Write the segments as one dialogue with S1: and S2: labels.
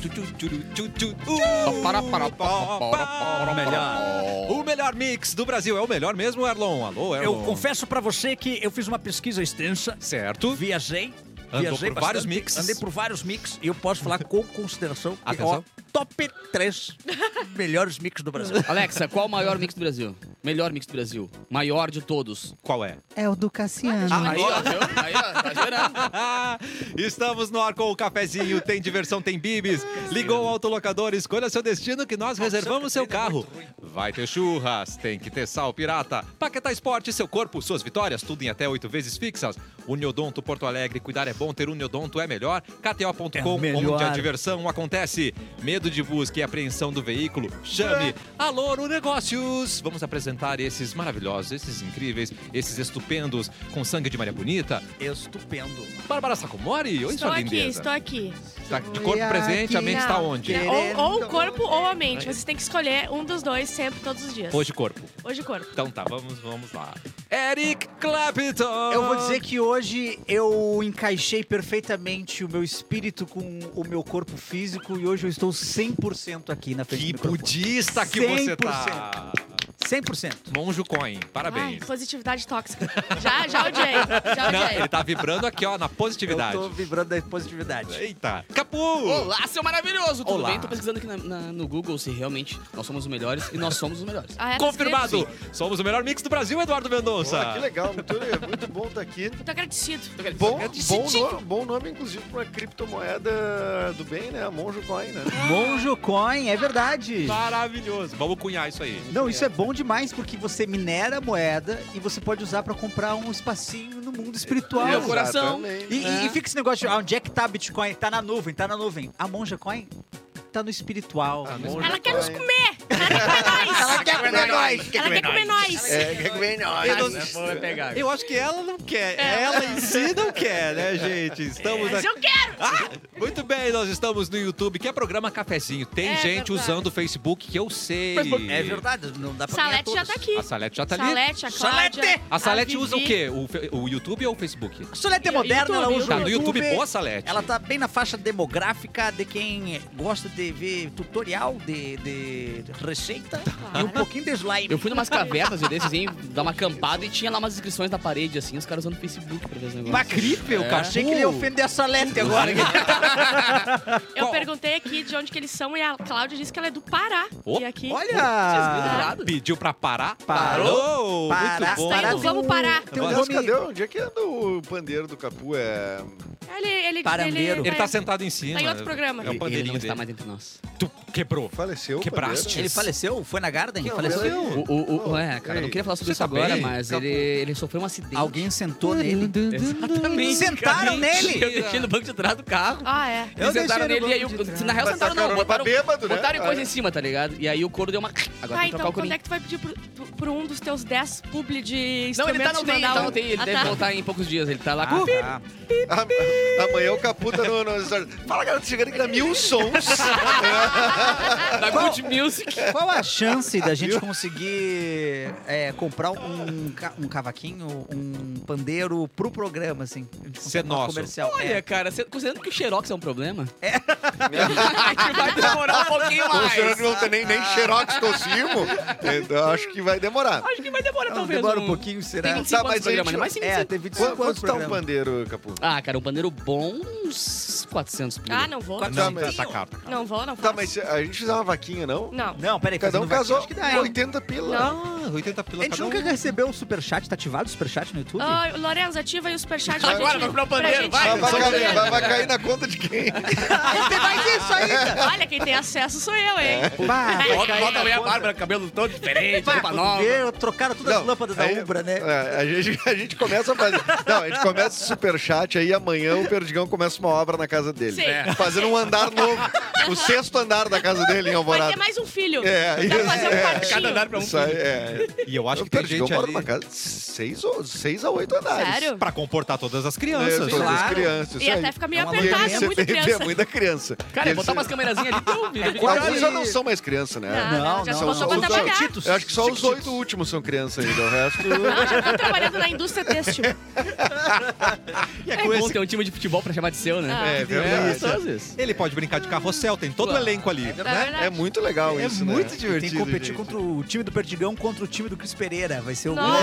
S1: tchuru, tchu, tchu, uh, para, para, para, para, para, melhor. O melhor mix do Brasil é o melhor mesmo, Erlon. Alô,
S2: Tá
S1: Erlon.
S3: Eu confesso pra você que eu fiz uma pesquisa extensa,
S1: Certo.
S3: viajei.
S1: Andou
S3: viajei
S1: por
S3: bastante,
S1: vários mixes.
S3: Andei por vários mix e eu posso falar com consideração que é
S1: Atenção.
S3: o top 3 melhores mix do Brasil.
S4: Alexa, qual o maior mix do Brasil? Melhor mix do Brasil. Maior de todos.
S1: Qual é?
S2: É o do Cassiano.
S5: Ah,
S1: Ah,
S4: Aí, ó, viu? Aí, ó, tá gerando.
S1: Estamos no ar com o cafezinho, tem diversão, tem bibis. Ligou o autolocador, escolha seu destino que nós reservamos seu carro. Vai ter churras, tem que ter sal pirata. Paquetá Esporte, seu corpo, suas vitórias, tudo em até oito vezes fixas. Uniodonto Porto Alegre, cuidar é bom, ter Uniodonto é melhor. KTO.com,
S3: É melhor.
S1: onde a diversão acontece. Medo de busca e apreensão do veículo?
S3: É.
S1: Chame Aloro Negócios. Vamos apresentar esses maravilhosos, esses incríveis, esses estupendos, com sangue de Maria Bonita,
S3: Estupendo.
S1: Bárbara Sacomori? Oi,
S6: Estou
S1: sua
S6: aqui,
S1: lindeza.
S6: estou aqui.
S1: Tá de corpo presente, a mente está
S2: Não.
S1: onde?
S2: Que-
S6: Ou, ou o corpo ou a mente. Vocês têm que escolher um dos dois sempre, todos os dias.
S1: Hoje corpo.
S6: Hoje o corpo.
S1: Então tá, vamos, vamos lá. Eric Clapton!
S2: Eu vou dizer que hoje eu encaixei perfeitamente o meu espírito com o meu corpo físico e hoje eu estou 100% aqui na frente
S1: Que
S2: do microfone.
S1: budista que você tá!
S2: 100%.
S1: Monjo Coin,
S6: Ai,
S1: parabéns.
S6: positividade tóxica. Já, já odiei. Já
S1: Não, ele
S6: odiei.
S1: tá vibrando aqui, ó, na positividade.
S2: Eu tô vibrando da positividade.
S1: Eita! Capu!
S4: Olá, seu maravilhoso! Tudo
S1: Olá.
S4: bem? Tô pesquisando aqui na- na- no Google se realmente nós somos os melhores e nós somos os melhores.
S6: Ah, é,
S1: Confirmado!
S6: escrevo,
S1: Somos o melhor mix do Brasil, Eduardo Mendonça!
S7: Olha, que legal, muito, muito bom estar aqui.
S6: sim. Tô agradecido.
S7: Bom,
S1: É de
S7: bom,
S1: sentido.
S7: nome, bom nome, inclusive, para criptomoeda do bem, né? A Monjo Coin, né?
S2: Monjo Coin, é verdade.
S1: Maravilhoso! Vamos cunhar isso aí.
S2: Não, isso é bom demais porque você minera a moeda e você pode usar pra comprar um espacinho no mundo espiritual.
S4: Meu coração.
S7: Exatamente.
S2: E,
S1: né?
S2: e- e fica esse negócio de ah, onde é que tá a Bitcoin? Tá na nuvem, tá na nuvem. A Monja Coin tá no espiritual.
S7: A Monjo
S6: Ela quer nos
S7: Coin.
S6: comer. Ela quer comer nós. Ela quer comer nós.
S7: É, quer comer nós.
S1: Eu
S7: né?
S1: não- Eu acho que ela não quer.
S6: É.
S1: Ela em si não quer, né, gente? Estamos
S6: Mas
S1: aqui.
S6: eu quero.
S1: Ah, muito bem, nós estamos no YouTube, que é programa Cafezinho. Tem
S6: É
S1: gente
S6: verdade.
S1: usando o Facebook que eu sei.
S2: É verdade, não dá pra
S6: Salete já tá aqui.
S1: A Salete já tá ali.
S6: Salete, a Cláudia.
S2: Salete!
S1: A Salete
S6: Vivi.
S1: usa o quê? O, fe- o YouTube ou o Facebook?
S2: A Solete é moderna, ela usa
S6: YouTube,
S1: Tá no
S2: o
S1: YouTube, boa Salete.
S2: Ela tá bem na faixa demográfica de quem gosta de ver tutorial de, de receita e um pouquinho de slime.
S4: Eu fui numas cavernas eu desses, hein? Dar uma acampada e tinha lá umas inscrições na parede, assim, os caras usando o Facebook pra ver os negócios.
S2: Macrível,
S4: É.
S2: Tá cara. Achei que ele ia ofender a Salete agora.
S6: Eu perguntei aqui de onde que eles são e a Cláudia disse que ela é do Pará.
S1: Oh,
S6: e aqui...
S2: Olha!
S1: Pediu pra parar? Parou!
S2: Parou. Pará,
S1: Muito bom.
S6: Tá
S2: Pará
S6: indo,
S2: tem
S6: vamos
S2: um-
S6: parar.
S2: Tem um
S7: Aliás, cadê?
S2: nome...
S7: Onde é que anda o pandeiro do Capu? É...
S6: Ele, ele,
S2: Parandeiro.
S1: Ele tá sentado em cima.
S6: Tá em outro programa.
S1: É o
S4: Ele não
S1: pandeirinho
S4: está
S1: dele.
S4: mais entre nós.
S1: Tu quebrou.
S7: Faleceu o
S1: Quebraste.
S7: pandeiro?
S2: Ele faleceu? Foi na Garden?
S7: Não,
S2: faleceu?
S7: ele-
S4: O, o, o-
S7: Oh,
S4: é, cara, eu não
S7: ei.
S4: queria falar sobre
S1: Você
S4: isso
S1: tá
S4: agora,
S1: bem?
S4: mas ele, ele sofreu um acidente.
S2: Alguém sentou nele.
S4: Exatamente.
S2: Sentaram
S4: cara.
S2: nele?
S4: Eu deixei no banco de trás do carro.
S6: Ah, é.
S2: Eu
S4: Eles sentaram
S2: deixei
S4: nele
S2: no
S4: e aí.
S2: banco de
S4: o-
S2: trás.
S4: Na real,
S7: Passaram
S4: sentaram não.
S7: pra
S4: Botaram,
S7: bêbado, né?
S4: botaram coisa
S7: Ah.
S4: em cima, tá ligado? E aí o couro deu uma. Agora
S6: tá,
S4: tem que trocar
S6: então
S4: o
S6: quando
S4: corinho.
S6: é que tu vai pedir pro, pro- pra um dos teus 10 publi de
S4: Não, ele tá
S6: instrumentos
S4: não tem,
S6: te
S4: ele
S6: mandar
S4: tá
S6: um-
S4: não tem. Ele
S6: Ah,
S4: deve
S6: tá.
S4: voltar em poucos dias. Ele tá lá com.
S2: Ah, tá.
S7: A- Amanhã o Capu tá no... no... Fala, é galera, tô chegando aqui na Mil Sons.
S4: Da Good Music.
S2: Qual a chance da gente conseguir é, comprar um, ca- um cavaquinho, um pandeiro pro programa, assim? A gente consegue
S1: Ser
S2: uma
S1: nosso.
S2: comercial.
S4: Olha,
S2: É.
S4: cara, cê- considerando que o Xerox é um problema. É. a gente vai demorar um pouquinho
S7: Tô
S4: mais.
S7: cheirando, não tem nem, nem xerox consigo. Eu acho que vai demorar.
S4: Acho que vai demorar
S2: Não,
S4: talvez.
S2: demora um pouquinho,
S4: Tem
S2: será?
S4: 25
S7: Tá,
S4: anos
S7: mas
S4: de programa,
S7: a gente-
S4: né? Mas sim,
S2: É,
S4: sim.
S2: tem 25
S7: Quanto,
S2: anos
S7: quanto
S2: de
S7: tá um
S2: programa.
S7: pandeiro, Capu?
S4: Ah, cara, um pandeiro bom, uns 400 por
S6: Ah, não vou.
S2: Quatro-
S7: Tá,
S1: Não,
S7: mas,
S1: tá caro.
S6: Não vou, não
S7: tá,
S6: faço.
S7: mas a gente fizer uma vaquinha, não?
S6: Não.
S2: Não, peraí.
S7: Cada um
S2: fazendo vaquinha,
S7: casou
S2: acho que dá, hein?
S7: 80 pila.
S6: Não.
S1: Ah, 80 pila
S2: A gente
S1: cada um.
S2: nunca recebeu o superchat, tá ativado o superchat no YouTube?
S6: Ô, Lorenzo, ativa aí o superchat. pra
S4: Agora,
S6: gente-
S4: vai comprar o
S6: pra
S4: pandeiro,
S6: gente-
S4: vai,
S7: Mas vai,
S4: Vamos
S7: cair,
S4: ver.
S7: vai- vai cair na conta de quem?
S2: Tem mais isso ainda!
S6: Olha, quem tem acesso sou eu, hein?
S2: Bah,
S4: Bota, bota também a Bárbara, cabelo todo diferente, roupa nova.
S2: pandeiro, trocaram todas as
S7: Não,
S2: lâmpadas da
S7: aí-
S2: Ubra, né?
S7: É, a, gente, a gente começa a fazer. Não, a gente começa o superchat, aí amanhã o Perdigão começa uma obra na casa dele.
S6: Sim. É.
S7: Fazendo um andar novo. o sexto andar da casa dele em
S6: Vai
S7: Alvorada.
S6: ter mais um filho.
S7: É,
S6: Dá
S7: isso,
S6: pra fazer um
S7: é.
S4: Cada
S6: quartinho.
S4: andar pra um.
S7: Isso aí, é.
S1: E eu acho
S7: o
S1: que tem
S7: Perdigão
S1: gente
S7: mora
S1: ali
S7: numa casa de seis, ou- seis a oito andares.
S6: Sério?
S1: pra comportar todas as
S7: É,
S1: crianças.
S7: todas as
S2: Claro.
S7: crianças.
S6: E
S7: isso aí.
S6: até fica meio
S2: É uma
S7: E ele
S6: apertado, é
S7: se-
S6: muito
S7: É
S6: criança.
S7: muita criança.
S4: Cara, é
S7: E ele
S4: botar
S7: se-
S4: umas câmerazinhas ali, deu, vida.
S7: É
S2: quase-
S4: Cara,
S7: Alguns já não são mais criança, né?
S6: Não, não, já
S2: não,
S6: se
S2: não,
S6: botou
S2: não.
S6: pra trabalhar.
S2: Chiquititos.
S7: Eu acho que só os oito últimos são criança ainda. O resto.
S6: É Não, já tá trabalhando na indústria têxtil.
S4: É bom ter um time de futebol pra chamar de aconteceu, né?
S6: Ah. É
S7: verdade.
S4: Só às vezes.
S1: Ele pode brincar de carrossel, tem todo o
S4: Claro.
S1: elenco ali.
S6: verdade.
S7: É muito legal
S1: É
S7: isso, né?
S1: muito
S2: E tem que
S1: divertido,
S2: competir
S1: gente.
S2: contra o time do Perdigão contra o time do Cris Pereira. Vai ser o
S6: Nossa.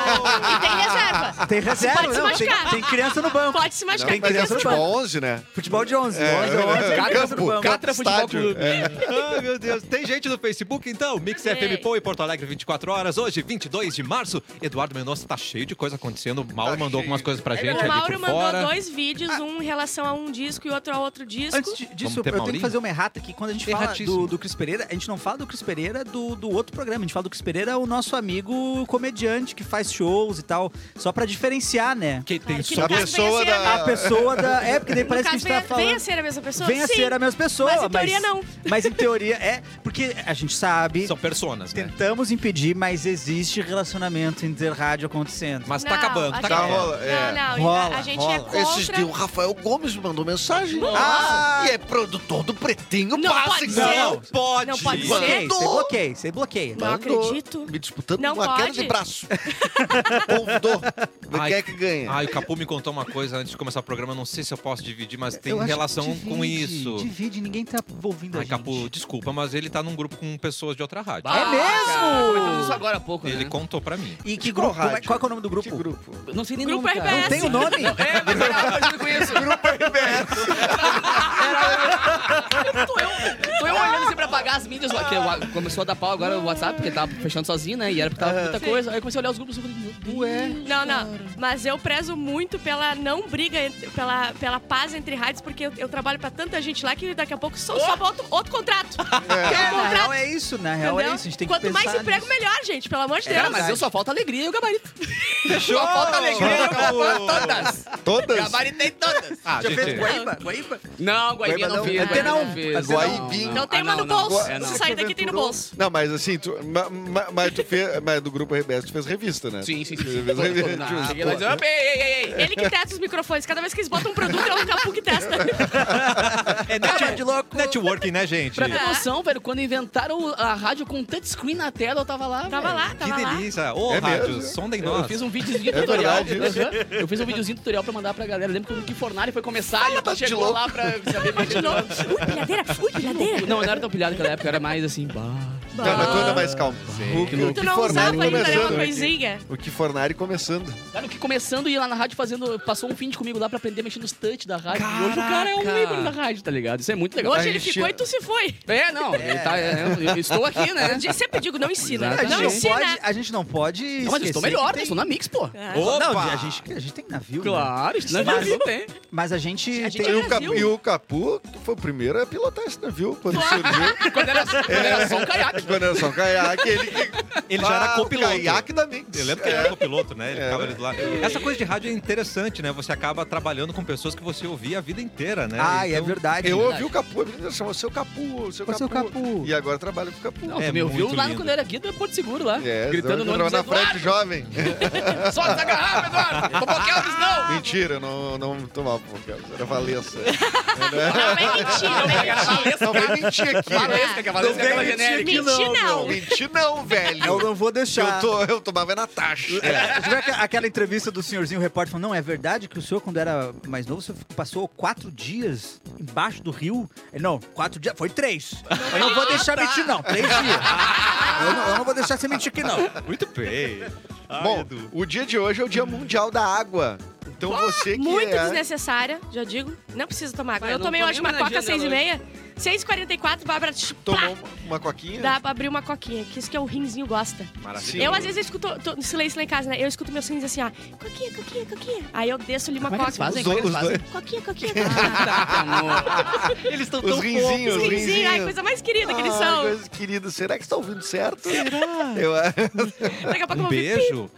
S6: E tem reserva.
S2: Tem reserva,
S6: Pode se
S2: não, tem,
S6: machucar.
S2: tem criança no banco.
S6: Pode se
S7: Não,
S6: machucar.
S2: Tem
S7: mas é
S2: criança no
S7: futebol 11, né?
S2: Futebol de 11.
S7: É,
S2: 11, 11,
S7: é,
S2: criança no
S7: campo,
S2: banco.
S4: Catra Futebol
S7: Estádio,
S4: Clube.
S2: É.
S1: Ai, Ah, meu Deus. Tem gente no Facebook, então? Mix
S6: Amei.
S1: FM Pou e Porto Alegre, 24 horas. Hoje, 22 de março. Eduardo Mendonça tá cheio de coisa acontecendo. O Mauro
S7: Tá
S1: mandou
S7: cheio.
S1: algumas coisas pra gente
S6: o
S1: ali
S6: Mauro
S1: por
S6: mandou
S1: fora.
S6: dois vídeos, um em relação a um disco e outro a outro disco.
S2: Antes de- disso, eu
S1: ter
S2: tenho
S1: Maurinho?
S2: que fazer uma errata aqui. Quando a gente fala
S1: Erratíssimo.
S2: do, do Cris Pereira, a gente não fala do Cris Pereira do, do outro programa. A gente fala do Cris Pereira, o nosso amigo comediante que faz shows e tal. Só pra diferenciar, né?
S1: Que tem
S6: Claro que
S1: só-
S6: no
S7: a
S6: caso
S7: pessoa
S6: venha a ser
S7: da-
S6: a-
S2: A pessoa da. É, porque daí
S6: No
S2: parece que a
S6: caso,
S2: gente tá
S6: venha,
S2: falando.
S6: venha ser a mesma pessoa?
S2: Venha
S6: Sim.
S2: ser a mesma pessoa.
S6: Mas em teoria não.
S2: Mas em teoria é, porque a gente sabe,
S1: São personas, né?
S2: tentamos impedir, mas existe relacionamento interrádio acontecendo.
S1: Mas tá
S6: Não,
S1: acabando, tá
S6: a gente-
S7: Tá
S1: acabando.
S7: rola, é.
S6: Não, não.
S2: Rola,
S6: a gente é
S2: rola.
S6: contra...
S7: Esses um dias o Rafael Gomes me mandou mensagem.
S2: Ah!
S7: E é produtor do Pretinho
S6: Não
S7: Básico.
S6: pode ser.
S1: Não pode!
S6: Não pode ser.
S2: bloqueia, você bloqueia, você bloqueia.
S6: Não
S7: Mandou.
S6: acredito.
S7: Me disputando
S6: Não
S7: uma queda
S6: pode.
S7: de braço. Convidou.
S1: Ai.
S7: Quem é que ganha?
S1: Ai, o Capu me contou uma coisa antes de começar o programa, não sei se eu posso dividir, mas tem
S2: Eu acho que
S1: relação
S2: divide,
S1: com isso.
S2: Divide, ninguém tá ouvindo a
S1: Ai,
S2: gente.
S1: Capu, desculpa, mas ele tá num grupo com pessoas de outra rádio.
S4: Ah,
S2: É mesmo?
S4: Comentamos isso agora há pouco,
S1: Ele
S4: né?
S1: contou pra mim.
S2: E que grupo?
S7: rádio?
S2: como é- qual é que é o nome do grupo?
S7: Que grupo?
S4: Não sei nem
S6: Grupo
S4: nome, cara.
S6: RBS.
S2: Não tem um o nome?
S4: É, mas era parecido com isso. Grupo é RBS. Foi eu olhando assim pra pagar as mídias. que o- Começou a dar pau agora o WhatsApp, porque ele tava fechando sozinho, né? E era porque tava com muita coisa. Aí eu comecei a olhar os grupos e eu falei, meu Deus.
S2: É.
S6: Não, não. Mas eu prezo muito pela não briga, entre- pela, pela paz entre rádios, porque eu, eu trabalho pra tanta gente lá que daqui a pouco só, só bota outro contrato.
S2: É,
S6: Outro
S2: na real
S6: um contrato.
S2: é isso, na real é
S6: entendeu?
S2: isso. A gente tem
S6: Quanto
S2: que pensar
S6: mais emprego,
S2: nisso.
S6: melhor, gente, pelo amor de Deus.
S4: Cara, É, mas eu só falta alegria e o gabarito. Fechou? Só falta alegria
S1: Tá
S4: e o gabarito. Todas.
S7: Todas?
S4: Gabaritei todas.
S1: Ah,
S2: Já fez
S1: gente,
S2: Guaíba? Guaíba?
S4: Não, Guaibinha
S7: Guaíba
S4: não,
S7: não.
S4: fez.
S2: Antena
S4: Guaíba
S2: um,
S4: fez.
S2: Antena
S4: Não,
S7: um.
S4: não.
S7: Guaibinha.
S6: Então tem
S4: Ah,
S6: uma
S4: não,
S6: no
S4: não.
S6: bolso.
S4: É, não.
S6: Se sair daqui, tem no bolso.
S7: Não, mas assim, tu, ma- ma- mas tu fez. Mas do grupo RBS tu fez revista, né?
S4: Sim, sim, sim.
S7: Tu
S4: sim.
S7: fez revista.
S1: é
S4: Ah, cheguei lá e disse, "Opa, ei, ei, ei, ei."
S6: Ele que testa os microfones. Cada vez que eles botam um produto, é o Capu que testa.
S1: É
S2: Cara de louco.
S1: networking, né, gente?
S4: Pra ter noção, velho, quando inventaram a rádio com touchscreen na tela, eu tava lá.
S6: Tava
S4: velho.
S6: lá,
S1: Que
S6: tava lá.
S1: delícia. Ô,
S7: É
S1: rádio,
S7: mesmo?
S1: sondem
S4: Eu, eu
S1: nós.
S4: fiz um videozinho
S7: É
S4: tutorial.
S7: verdade isso.
S4: Aham. Eu fiz um videozinho tutorial pra mandar pra galera. Eu lembro que o Nick Fornari foi começar e
S7: tá
S4: eu
S7: de
S4: chegou
S7: louco.
S4: lá pra saber
S6: Tá De
S4: mexer.
S6: novo. Ui, pilhadeira. Ui, pilhadeira.
S4: Não, eu não era tão pilhado naquela época, eu era mais assim, bah.
S7: Não, mas tu anda mais calmo. O, que- o
S6: Tu
S7: que
S6: não
S7: Fornari
S6: usava ainda nenhuma
S7: começando.
S6: coisinha?
S7: O que Fornari começando.
S4: Cara, o que começando a ir lá na rádio fazendo. Passou um fim de comigo lá pra aprender a mexer nos touch da rádio. E hoje o cara é um
S1: Caraca.
S4: ícone da rádio, tá ligado? Isso é muito legal.
S6: Hoje ele
S7: gente-
S6: ficou e tu se foi.
S4: É, não, ele tá- é, eu estou aqui, né?
S6: Eu di- sempre digo, não ensina.
S2: A gente
S6: Não
S2: não pode,
S6: ensina.
S2: a gente não pode
S4: Não, mas eu estou
S2: esquecer
S4: melhor,
S2: que
S4: né?
S2: tem-
S4: Eu estou na Mix, pô.
S1: Ô,
S2: Não,
S1: Opa!
S2: a gente, a gente tem navio, né?
S4: Claro, isso não
S2: Mas-
S4: é vivo, tem.
S2: Mas a gente...
S6: A gente é
S2: tem- um
S7: E o, Cap-
S6: Brasil.
S7: e o Capu foi o primeiro a pilotar esse navio quando surgiu. É.
S4: Quando era, quando era só um caiaque.
S7: Quando era só um caiaque, ele,
S1: Ele já era
S7: Ah, o
S1: copiloto.
S7: caiaque É. da Mix.
S1: Eu lembro que ele era copiloto, né? Ele ficava ali do lado. Essa coisa de rádio é interessante, né? Você acaba trabalhando com pessoas que você ouvia a vida inteira, né?
S7: Ah,
S2: Ai, é
S1: Então,
S2: verdade.
S7: Eu
S2: né?
S7: ouvi o Capu, a vida inteira chamou seu Capu, seu
S2: Ô,
S7: Capu.
S2: seu Capu.
S7: E agora trabalho com o Capu.
S4: Não,
S1: É
S4: tu me ouviu
S1: muito
S4: lá
S1: lindo.
S4: quando eu era guia do Porto Seguro lá.
S7: É,
S4: gritando o
S7: eu
S4: nome do
S7: trabalhava na frente jovem.
S4: Só desagarrava, Eduardo! Popoquelmes não!
S1: é
S7: Mentira, eu não, não tomava Pokémon, era Valença.
S6: Não é mentira, não é mentira.
S7: Não vai mentir aqui.
S4: Valesca, que a Valesca é aquela
S2: Não vem
S4: genérica.
S2: mentir
S6: Mentir
S7: Não,
S6: não.
S7: mentir não, velho.
S2: Eu não É. vou deixar.
S7: Eu, tô, eu tomava Natasha.
S1: É.
S2: Você viu aqua- aquela entrevista do senhorzinho repórter falando, não, é verdade que o senhor, quando era mais novo, você passou quatro dias embaixo do rio? Ele, não, quatro dias, foi três. Eu não vou
S1: Ah,
S2: deixar
S1: tá.
S2: mentir, não, três dias. Eu não, eu não vou deixar você mentir aqui, não.
S1: Muito bem. Ai,
S7: Bom,
S1: Edu.
S7: o dia de hoje é o Dia Mundial da Água. Então você que
S6: Ah, Muito
S7: é...
S6: desnecessária, já digo. Não precisa tomar água.
S4: Vai,
S6: Eu
S4: não
S6: tomei
S4: tô nem
S6: hoje uma coca
S4: homenageando
S6: 6 e meia. 6h44, Bárbara, tch,
S7: Tomou um
S6: plá,
S7: uma coquinha?
S6: dá pra abrir uma coquinha, que isso que é o rinzinho gosta.
S1: Maravilha.
S7: Sim.
S6: Eu, às vezes, eu escuto tô, no silêncio lá em casa, né? Eu escuto meus rins assim, ó. Coquinha, coquinha, coquinha. Aí eu desço ali uma
S4: Como é que
S6: coca.
S4: eles fazem?
S7: Os
S4: Como é que eles
S7: dois-
S4: fazem?
S6: Coquinha, coquinha, Ah, coquinha.
S4: Caraca, amor. Eles estão
S7: Os rinzinhos, os
S6: Sim, sim,
S7: rinzinhos.
S6: ai, coisa mais querida que eles
S7: Ah,
S6: são.
S7: coisa querida, será que está ouvindo certo? Será? Eu,
S6: Daqui a pouco
S1: Um
S6: eu vou ver,
S1: beijo.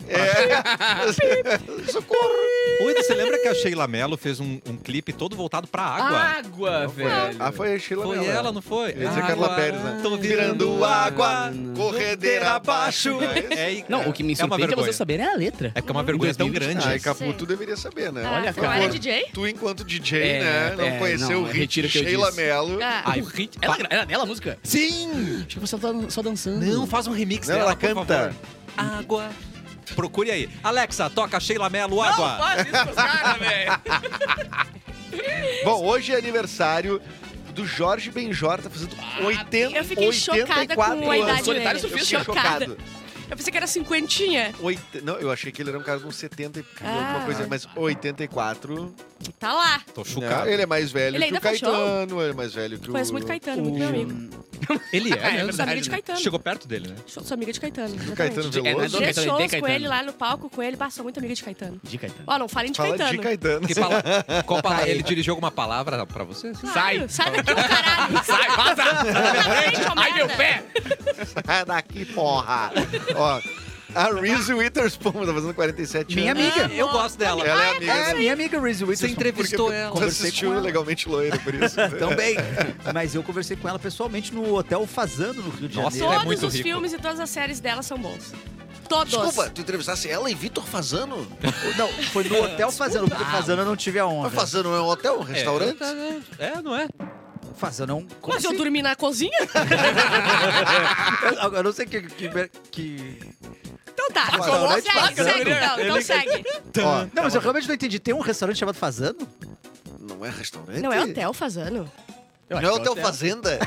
S7: socorro.
S1: Oi, você lembra que a Sheila Mello fez um, um clipe todo voltado pra água? é
S4: Água, velho.
S7: Ah, foi a Sheila
S1: Foi
S7: Mello.
S1: ela, não foi?
S7: Eu ia dizer Carla Pérez, né?
S1: Tô virando
S7: Virando
S1: água,
S7: água, corredeira abaixo.
S1: É,
S4: Não, o que
S1: é
S4: me
S1: uma
S4: surpreende é,
S1: vergonha.
S4: você saber é a letra.
S1: É porque é uma vergonha tão
S4: 2020.
S1: grande.
S7: Ai, Capu,
S6: Sei.
S7: tu deveria saber, né?
S6: Ah,
S4: Olha,
S6: tu não
S4: cara.
S6: era DJ?
S7: Tu, enquanto DJ,
S4: É,
S7: né? Não
S4: é,
S7: conheceu
S4: não,
S7: o
S4: eu
S7: hit
S4: retiro
S7: de
S4: o que eu
S7: Sheila
S4: disse.
S7: Mello.
S6: Ah,
S1: Ai,
S4: O hit- Ela, era dela a música?
S1: Sim!
S4: Acho que você tá só dançando.
S1: Não, faz um remix
S7: Não,
S1: dela,
S7: ela
S1: por
S7: canta.
S1: favor. Água. Procure aí. Alexa, toca Sheila Mello,
S4: Não
S1: água.
S4: faz isso com os caras, velho.
S7: Bom, hoje é aniversário do Jorge Benjor, tá fazendo 80,
S6: Ah, eu fiquei chocada com a
S7: 84
S6: idade
S7: anos.
S6: dele.
S4: Solitário
S7: Eu fiquei
S6: Chocada.
S7: chocado.
S6: Eu pensei que era cinquentinha.
S7: Oit- Não, eu achei que ele era um cara com 70 e alguma
S6: Ah.
S7: coisa, mas 84.
S6: Que tá lá.
S1: Tô
S7: Não,
S1: chocado.
S7: ele é mais velho
S6: Ele
S7: que o
S6: ainda faz show?
S7: Caetano, ele é mais velho que o.
S6: Conheço muito Caetano, muito meu amigo.
S1: Ele é, né?
S6: Sou amiga de Caetano.
S1: Chegou perto dele, né?
S6: Sou sou amiga de Caetano.
S7: Do
S6: exatamente.
S7: Caetano
S4: É,
S7: Veloso.
S4: Do
S6: Fiz
S4: Caetano,
S6: shows
S4: de Caetano.
S6: com ele lá no palco com ele. Bah, sou muito amiga de Caetano.
S4: De Caetano.
S6: Ó, não falem de
S7: Fala
S6: Caetano.
S7: de Caetano.
S1: Que pala- Qual palavra? Ele dirigiu alguma palavra pra você?
S6: Claro, Sai daqui, ô caralho.
S4: Sai, vaza!
S6: frente, ô
S4: Ai, meu
S6: merda.
S4: pé!
S7: Sai daqui, porra! Ó, a Reese Witherspoon tá fazendo 47
S2: Minha
S7: anos.
S2: amiga.
S1: Eu gosto dela.
S7: Ela é amiga.
S2: É,
S7: né?
S2: minha amiga Reese
S1: Você
S2: Witherspoon.
S1: entrevistou
S7: Porque
S1: ela.
S7: Tu assistiu Legalmente Loira, por isso.
S2: Também. Mas eu conversei com ela pessoalmente no Hotel Fazano, no Rio de
S1: Nossa,
S2: Janeiro.
S1: ela é
S6: Todos
S1: muito
S6: os
S1: rico.
S6: filmes e todas as séries dela são bons. Todos.
S7: Desculpa, tu entrevistasse ela e Vitor Fazano?
S2: Não, foi no Hotel Fazano, porque Fazano eu não tive a
S7: Mas
S2: honra.
S7: Fazano é um hotel, um restaurante?
S1: É, não é?
S2: Fazano é um...
S6: Mas
S7: assim?
S6: eu dormi na cozinha?
S2: Eu, eu não sei que... que, que-
S6: Então tá.
S7: é
S2: Fazano,
S6: segue,
S2: Fazano.
S7: né?
S6: segue, então. Então segue.
S7: Ó,
S2: Não, mas eu realmente não entendi. Tem um restaurante chamado Fazano?
S7: não é restaurante?
S6: Não é hotel fazano?
S7: Não é hotel Fazenda?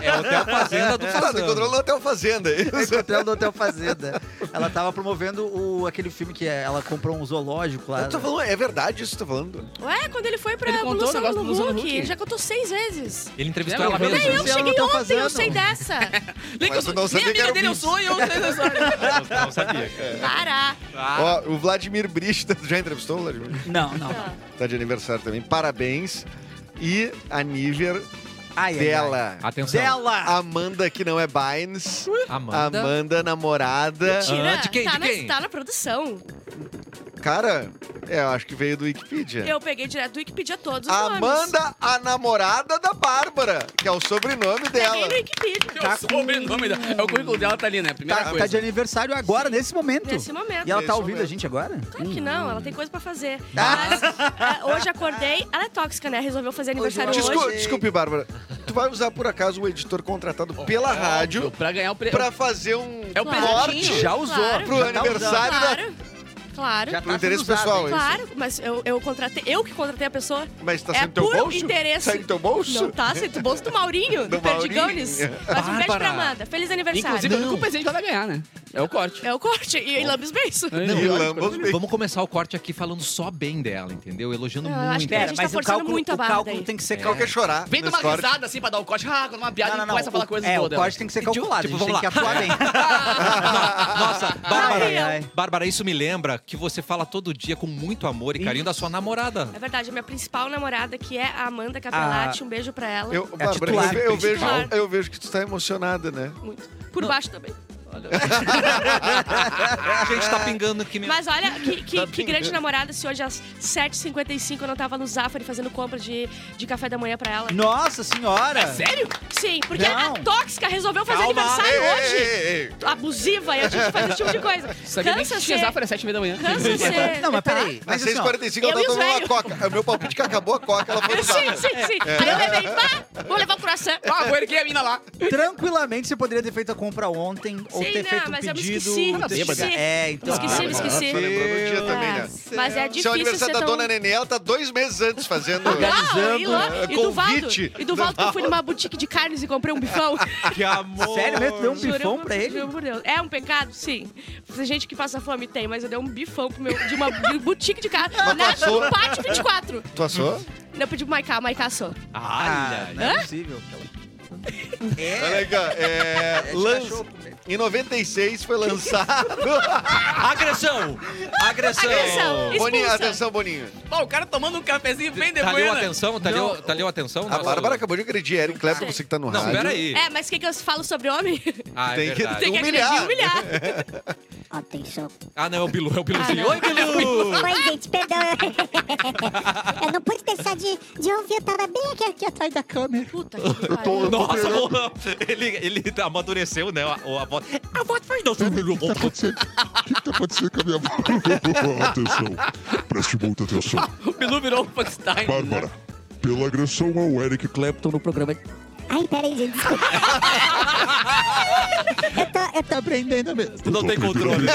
S1: É Hotel Fazenda do
S7: Tá, tu encontrou
S1: Fazano.
S7: no hotel Fazenda.
S2: Esse hotel do Hotel Fazenda. Ela tava promovendo o, aquele filme que é- ela comprou um zoológico lá.
S7: Eu tô falando, é verdade isso que tu tá falando?
S6: Ué, quando ele foi pra
S4: Ele contou o
S6: Luciano
S4: negócio do
S6: Huck,
S4: Luciano Huck.
S6: ele já contou seis vezes.
S1: Ele entrevistou
S4: É,
S1: ela
S4: mas-
S1: mesmo.
S6: Nem eu
S2: Luciano
S6: cheguei
S2: Huck
S6: ontem,
S2: tá
S6: eu
S2: fazendo.
S6: sei dessa.
S4: Nem que eu
S7: Mas
S4: sou.
S7: tu não
S4: Nem
S7: sabia
S4: a
S7: que
S4: amiga
S7: era o
S4: dele eu
S7: Bis.
S4: sou e eu sei dessa história.
S1: Não sabia. cara.
S6: Para.
S7: Ó, o Vladimir Brista, tu já entrevistou o Vladimir?
S2: Não, não.
S7: Tá de aniversário também, parabéns. E a Niver
S2: Ai, ai, ai.
S7: dela.
S1: Atenção.
S2: Dela!
S7: Amanda, que não é Bynes.
S1: Amanda.
S7: Amanda, namorada.
S6: Tira.
S1: Ah, de quem,
S6: tá,
S1: de
S6: na,
S1: quem?
S6: tá na produção.
S7: Cara, é, eu acho que veio do Wikipedia.
S6: Eu peguei direto do Wikipedia todos os nomes.
S7: Amanda, a namorada da Bárbara, que é o sobrenome
S6: Peguei no
S7: dela.
S6: Wikipedia.
S1: Tá
S4: Meu sobrenome dela. É o currículo dela, tá ali, né? Primeira
S2: Tá, tá de
S4: coisa.
S2: aniversário agora, nesse momento.
S6: Nesse momento.
S2: E ela
S7: Nesse
S2: tá ouvindo
S7: momento.
S2: a gente agora?
S6: Claro que não, ela tem coisa pra fazer. Mas é, hoje acordei, ela é tóxica, né? Resolveu fazer aniversário hoje.
S7: Desculpe, desculpe, Bárbara. Tu vai usar, por acaso, o editor contratado pela rádio
S4: Pra ganhar o prêmio.
S7: pra fazer um
S4: É o
S7: corte
S4: presentinho.
S2: Já usou.
S6: Claro.
S7: pro
S2: Já tá
S7: aniversário da...
S6: Claro. Claro.
S2: Já tá
S7: pro
S2: sendo
S7: interesse
S2: usado,
S7: pessoal, é
S2: hein?
S6: Claro, mas eu, eu contratei, eu que contratei a pessoa.
S7: Mas tá
S6: É
S7: saindo do teu
S6: puro
S7: bolso?
S6: interesse.
S7: Sai do teu bolso?
S6: Não tá, aceito o bolso do Maurinho, do,
S7: Do
S6: Perdigones.
S7: Maurinho.
S6: Mas um beijo
S1: Bárbara.
S6: pra Amanda. Feliz aniversário.
S4: Inclusive, é o único presente que ela vai ganhar, né? É o corte.
S6: É o corte e e lambis beijo.
S7: E lamba os beijos.
S1: Vamos começar o corte aqui falando só bem dela, entendeu? Elogiando
S6: Eu acho
S1: muito.
S6: que- A gente tá
S2: o
S6: forçando
S2: cálculo,
S6: muito a
S2: o
S6: barra
S2: cálculo
S6: daí.
S2: tem que ser
S7: Qual que é
S2: calculado.
S7: chorar?
S4: Vem dar uma
S7: nesse corte?
S4: risada assim pra dar o corte. Ah, quando uma piada e começa a falar
S2: o-
S4: coisas
S2: é, o
S4: toda.
S2: corte tem que ser calculado,
S1: Tipo,
S2: a gente tem
S1: vamos
S2: que
S1: lá.
S2: atuar bem.
S1: Nossa, Bárbara,
S6: Ai,
S2: ai.
S1: Bárbara, isso me lembra que você fala todo dia com muito amor e carinho da sua namorada.
S6: É verdade, a minha principal namorada, que é a Amanda Capelati, um beijo pra ela.
S7: Eu, Bárbara,
S2: É titular,
S7: eu, eu vejo,
S6: principal.
S7: eu vejo que tu tá emocionada, né?
S6: Muito. Por baixo também.
S1: A gente tá pingando aqui mesmo.
S6: Mas olha, que, que- que grande namorada se hoje às 7h55 eu não tava no Zafari fazendo compra de, de café da manhã pra ela.
S2: Nossa senhora!
S6: É
S4: Sério?
S6: Sim, porque a- a
S2: Não.
S6: tóxica resolveu fazer
S1: Calma.
S6: aniversário É hoje.
S7: ei, ei.
S6: Abusiva e a gente faz esse tipo de coisa.
S4: Sabia nem
S6: Cansa
S4: que tinha zafra
S6: ser.
S4: às 7 da manhã.
S6: Cansa ser.
S2: Não, mas
S6: tá?
S2: peraí.
S7: Às
S2: Mas assim, ó,
S7: 6h45 ela
S6: Eu
S7: tá
S6: e os
S7: tomando uma
S6: velhos.
S7: coca. O meu palpite é que acabou a coca, ela foi usar.
S6: Sim, sim, sim.
S7: É.
S6: Aí eu levei, pá, vou levar o croissant.
S4: Ah, foi ele que ia mina lá.
S2: tranquilamente você poderia ter feito a compra ontem ou
S6: Sim,
S2: ter
S6: não,
S2: feito um
S6: mas eu me
S2: pedido.
S6: esqueci,
S2: ter
S6: me
S2: chegado-
S6: esqueci.
S2: É, então.
S6: esqueci, me
S2: Ah,
S6: esqueci.
S7: Tô lembrando do dia também, né?
S6: É, Mas é
S7: Seu
S6: difícil ser
S7: aniversário da
S6: tão...
S7: dona Nenê, ela tá dois meses antes fazendo.
S6: Não, e, lá,
S7: organizando,
S6: e do Valdo,
S7: convite.
S6: e do Valdo que eu fui numa boutique de carnes e comprei um bifão.
S1: Que amor.
S2: Sério mesmo? Deu um
S6: Juro,
S2: bifão
S6: eu-
S2: pra ele?
S6: juro por Deus. É um pecado? Sim. Tem gente que passa fome, tem, mas eu dei um bifão pro meu, de uma bu- boutique de carne.
S7: Mas
S6: Na,
S7: passou?
S6: no pátio 24.
S7: Tu assou?
S6: Não, eu pedi pro Maiká, Maiká só.
S1: Ah,
S2: não é possível.
S7: Olha aqui, ó, é, lança-
S2: cachorro.
S7: Em 96 foi lançado.
S1: Agressão! Agressão!
S6: Agressão. Expulsa.
S7: Boninho, é atenção, Boninho.
S4: Pô, o cara tomando um cafezinho bem de
S1: Tá ali
S4: manhã.
S1: a atenção? Tá ali o- tá ali a atenção?
S7: A Bárbara acabou de agredir Eric Clapton, você que tá no
S1: Não,
S7: rádio.
S1: peraí.
S6: É, mas o que, que eu falo sobre homem?
S1: Ah, é
S7: Tem que-
S1: verdade.
S6: Tem que
S7: Humilhar.
S6: acreditar humilhar.
S5: Atenção.
S1: Ah, não, é o Bilu, é o Biluzinho.
S6: Ah, não.
S1: Oi, Bilu!
S5: Oi, gente, perdão. Eu não pude deixar de, de ouvir, eu tava bem aqui, aqui atrás da câmera.
S6: Puta que pariu.
S1: Nossa, Luan, ele, ele amadureceu, né? A, a voz. A voz faz não, seu Bilu.
S8: que tá acontecendo? O que que tá acontecendo com a minha mão? atenção. Preste muita atenção.
S4: O Bilu virou um Frankenstein.
S8: Bárbara, pela agressão ao Eric Clapton no programa.
S5: Ai, peraí, gente, desculpa. eu, tô, eu
S2: Tá
S5: tô aprendendo mesmo.
S1: Não tem controle.
S8: Né?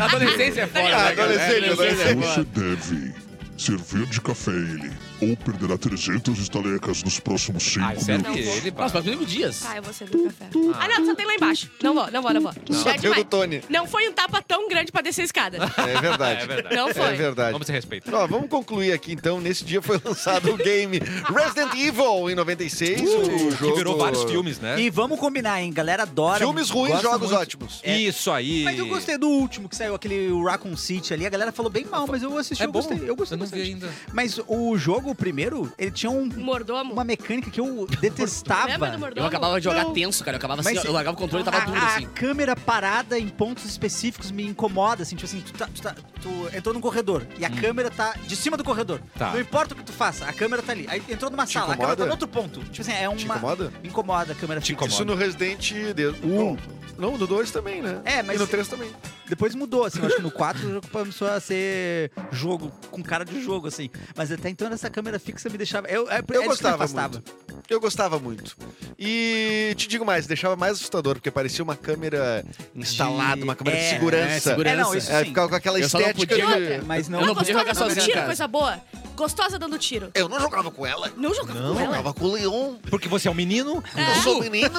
S4: Adolescência é foda.
S7: Ah,
S4: né, cara?
S7: adolescente,
S4: Adolescência é
S7: adolescente.
S4: foda.
S8: Você deve Servir de café ele, ou perderá 300 estalecas nos próximos 5
S1: Ah, isso é
S8: minutos.
S1: dele, pá.
S4: Nossa, mas mesmo dias.
S6: Ah, eu vou ser do café. Ah, não, só tem lá embaixo. Não vou, não vou, não vou. Já é
S7: Só tem o
S6: demais.
S7: do Tony.
S6: Não foi um tapa tão grande pra descer a escada.
S7: É verdade.
S1: É verdade.
S6: Não foi.
S7: É verdade.
S1: Vamos se respeitar.
S7: Ó, vamos concluir aqui então. Nesse dia foi lançado o game Resident Evil em 96. o
S1: Uh, Que
S7: jogo...
S1: virou vários filmes, né?
S2: E vamos combinar, hein? Galera adora.
S7: Filmes ruins,
S2: gosta
S7: jogos
S2: muito.
S7: ótimos.
S1: Isso aí.
S2: Mas eu gostei do último que saiu, aquele Raccoon City ali. A galera falou bem mal, mas eu assisti,
S1: É
S2: eu
S1: bom?
S2: gostei. Eu gostei
S1: Eu não vi
S2: bastante.
S1: ainda.
S2: Mas o jogo, o primeiro, ele tinha um-
S6: Mordomo.
S2: uma mecânica que eu
S6: Lembra do
S2: detestava.
S6: mordomo?
S4: Eu acabava de jogar
S2: Não.
S4: tenso, cara. Eu acabava assim,
S2: Mas
S4: ó, eu
S2: se-
S4: largava o controle e
S2: A,
S6: Ah,
S4: tava duro,
S2: a
S4: assim.
S2: câmera parada em pontos específicos me incomoda, assim, tipo assim, tu, tá- tu tá- tu entrou num corredor e a câmera tá de cima do corredor.
S1: Tá.
S2: Não importa o que tu faça, a câmera tá ali. Aí entrou numa
S7: Te
S2: sala, a câmera tá
S7: incomoda?
S2: no outro ponto. Tipo assim, é uma...
S7: Te incomoda?
S2: Me incomoda a câmera.
S1: Te
S2: fixa.
S7: Isso no Resident Evil 1. Não, no 2 também, né?
S2: É, mas-
S7: E no 3 também.
S2: Depois mudou, assim, eu acho que no 4 o jogo começou a ser jogo, com cara de jogo, assim. Mas até então essa câmera fixa me deixava. Eu, é,
S7: Eu
S2: é
S7: gostava
S2: afastava.
S7: muito. Eu gostava muito. E te digo mais, deixava mais assustador, porque parecia uma câmera instalada, uma câmera de
S2: É,
S7: segurança.
S4: é, segurança.
S2: É, não, isso
S7: É,
S2: sim.
S7: ficava com aquela
S4: Eu só não
S7: estética
S4: podia-
S7: de...
S2: Mas não.
S6: Eu
S4: não
S6: não
S4: podia
S6: gostosa
S4: jogar
S6: dando
S4: sozinho,
S6: tiro,
S4: cara.
S6: coisa boa. Gostosa dando tiro.
S7: Eu não jogava com ela.
S6: Não jogava
S7: Eu
S6: com ela.
S7: jogava com o Leon.
S1: Porque você é um menino?
S7: Eu sou menino.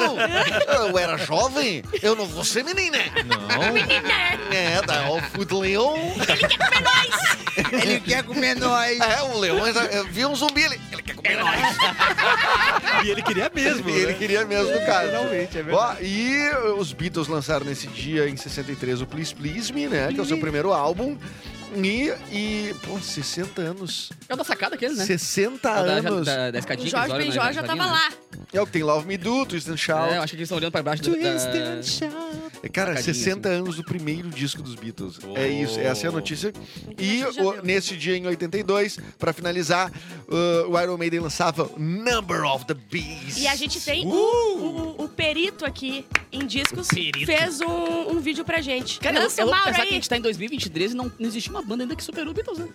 S7: Eu era jovem. Eu não vou ser menina.
S1: Não.
S6: Né?
S7: É, da o o do Leon.
S2: Ele quer comer nós.
S7: É, o Leon já- eu vi um zumbi. Ele, ele quer comer nós.
S1: e ele queria mesmo.
S7: E ele
S1: né?
S7: queria mesmo, cara.
S2: Realmente, é
S7: Ó, e os Beatles lançaram nesse dia, em 63, o Please Please Me, né? Que é o seu primeiro álbum. E, e pô, 60 anos.
S4: É da sacada aquele, né?
S7: 60
S2: tá
S4: Da, da,
S7: anos.
S4: da, da
S6: O
S4: escadinha. que eles
S6: Jorge
S4: olham
S6: Ben
S4: na-
S6: Jorge
S4: na
S6: já tava
S4: escadinha, né?
S6: lá.
S7: É o que tem Love Me Do, Twist and Shout.
S4: É, eu acho que eles estão olhando pra baixo da... da...
S7: Cara,
S4: Sacadinha,
S7: 60 anos do primeiro disco dos Beatles. É isso, essa é a notícia.
S6: Eu
S7: E
S6: acho que Então, já
S7: o-
S6: deu.
S7: nesse dia, em 82, pra finalizar, uh, o Iron Maiden lançava Number of the Uh! Beast.
S6: E a gente tem um o, o- o perito aqui em discos. Fez um, um vídeo pra gente.
S4: Cara, eu,
S6: Lança
S4: eu
S6: o
S4: vou
S6: Mauro
S4: pensar que a
S6: aí.
S4: gente tá em 2023 e não, não existe uma banda ainda que superou o Beatles, né?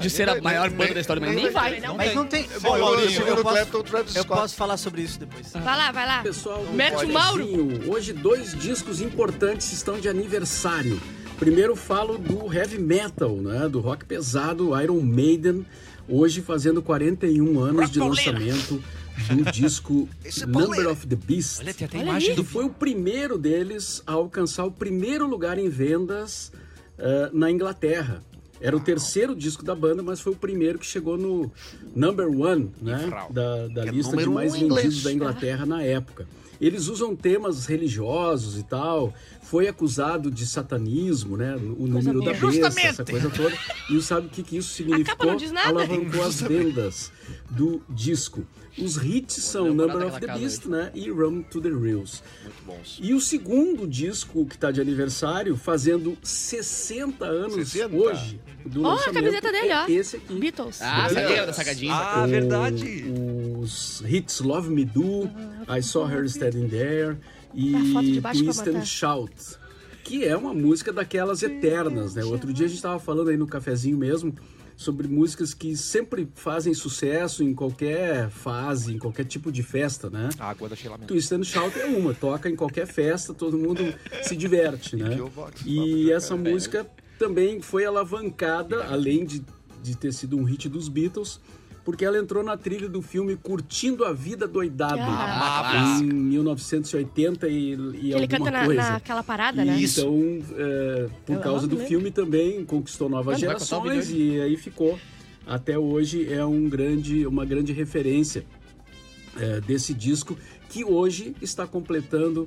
S4: De
S7: nem
S4: ser a
S7: vai-
S4: maior
S7: nem-
S4: banda da história do mundo. Nem vai.
S6: Não
S2: Mas não tem.
S7: Bom,
S2: Bom,
S7: eu, eu,
S2: Maurício,
S7: eu,
S2: eu, posso,
S7: Clapton, Travis
S2: eu
S7: Scott.
S2: posso falar sobre isso depois.
S6: Vai lá, vai lá.
S9: Pessoal, um
S6: Mete o Mauro.
S9: bolezinho. Hoje dois discos importantes estão de aniversário. Primeiro falo do heavy metal, né, do rock pesado, Iron Maiden, hoje fazendo 41 anos de lançamento do disco
S7: Esse é
S9: Number
S7: pauleira.
S9: of the Beast.
S3: Olha, tem até
S6: Olha
S3: imagem
S6: aí.
S9: que
S3: do...
S9: foi o primeiro deles a alcançar o primeiro lugar em vendas eh, na Inglaterra. Era o terceiro disco da banda, mas foi o primeiro que chegou no number one, né? Da, da
S7: É
S9: lista de
S7: número um
S9: mais
S7: em inglês.
S9: vendidos da Inglaterra na época. Eles usam temas religiosos e tal. Foi acusado de satanismo, né? O número da
S6: boa.
S9: besta, essa coisa toda. E o sabe o que, que isso significou?
S6: não diz nada.
S9: Alavancou as vendas do disco. Os hits são
S4: namorar
S9: Number
S4: daquela
S9: of the
S4: casa
S9: Beast, né? E Run to the Reels.
S7: Muito bons.
S9: E o segundo disco que tá de aniversário, fazendo 60 anos
S7: 60?
S9: hoje do
S6: Ó, a
S9: lançamento.
S6: camiseta dele, ó.
S9: É esse aqui.
S6: Beatles.
S4: Ah, saquei da sacadinha.
S1: Ah,
S9: O-
S1: verdade.
S9: Os hits Love Me Do, I Saw Her Standing There
S6: A foto de
S9: e
S6: baixo pra
S9: Twist and
S6: matar.
S9: Shout. Que é uma música daquelas eternas, né? Outro
S6: tá.
S9: dia a gente tava falando aí no cafezinho mesmo sobre músicas que sempre fazem sucesso em qualquer fase, em qualquer tipo de festa, né?
S1: A água da Sheila Mendes.
S9: Twist and Shout é uma, toca em qualquer festa, todo mundo se diverte, né? E essa música também foi alavancada, além de, de ter sido um hit dos Beatles, porque ela entrou na trilha do filme Curtindo a Vida Doidado,
S4: Ah,
S9: em 1980 e, e
S6: Que ele
S9: alguma
S6: canta na,
S9: coisa.
S6: naquela parada, né?
S9: Isso. Então, é, por
S6: Eu
S9: causa
S6: amo
S9: do
S6: mesmo.
S9: filme também, conquistou novas
S4: Ah, não vai contar o
S9: gerações
S4: vídeo
S9: e aí ficou. Até hoje é um grande, uma grande referência é, desse disco, que hoje está completando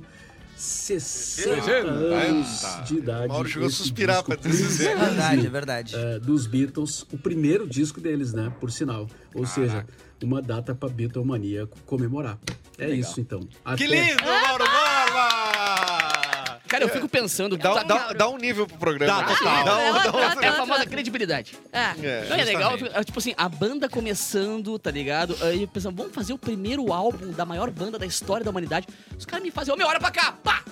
S9: 60 anos de idade.
S7: Mauro chegou a
S9: Esse
S7: suspirar
S9: disco,
S7: pra dizer.
S2: É verdade, é verdade.
S9: é, dos Beatles, o primeiro disco deles, né? Por sinal. Ou seja, uma data pra Beatlemania comemorar. É isso, então. Até.
S1: Que lindo,
S6: Ah, tá.
S1: Mauro Borba!
S4: Cara, eu fico pensando...
S7: é. Dá,
S4: tá-
S7: um- dá, um- dá um nível pro programa.
S1: Dá, total.
S7: Dá um-
S6: Ela-
S7: dá um-
S6: ela-
S4: É a famosa credibilidade.
S6: Ah.
S7: É.
S4: Não, é legal,
S1: justamente.
S4: é tipo assim, a banda começando, tá ligado? Aí pensando, vamos fazer o primeiro álbum da maior banda da história da humanidade. Os caras me fazem, ô meu, olha pra cá, pá!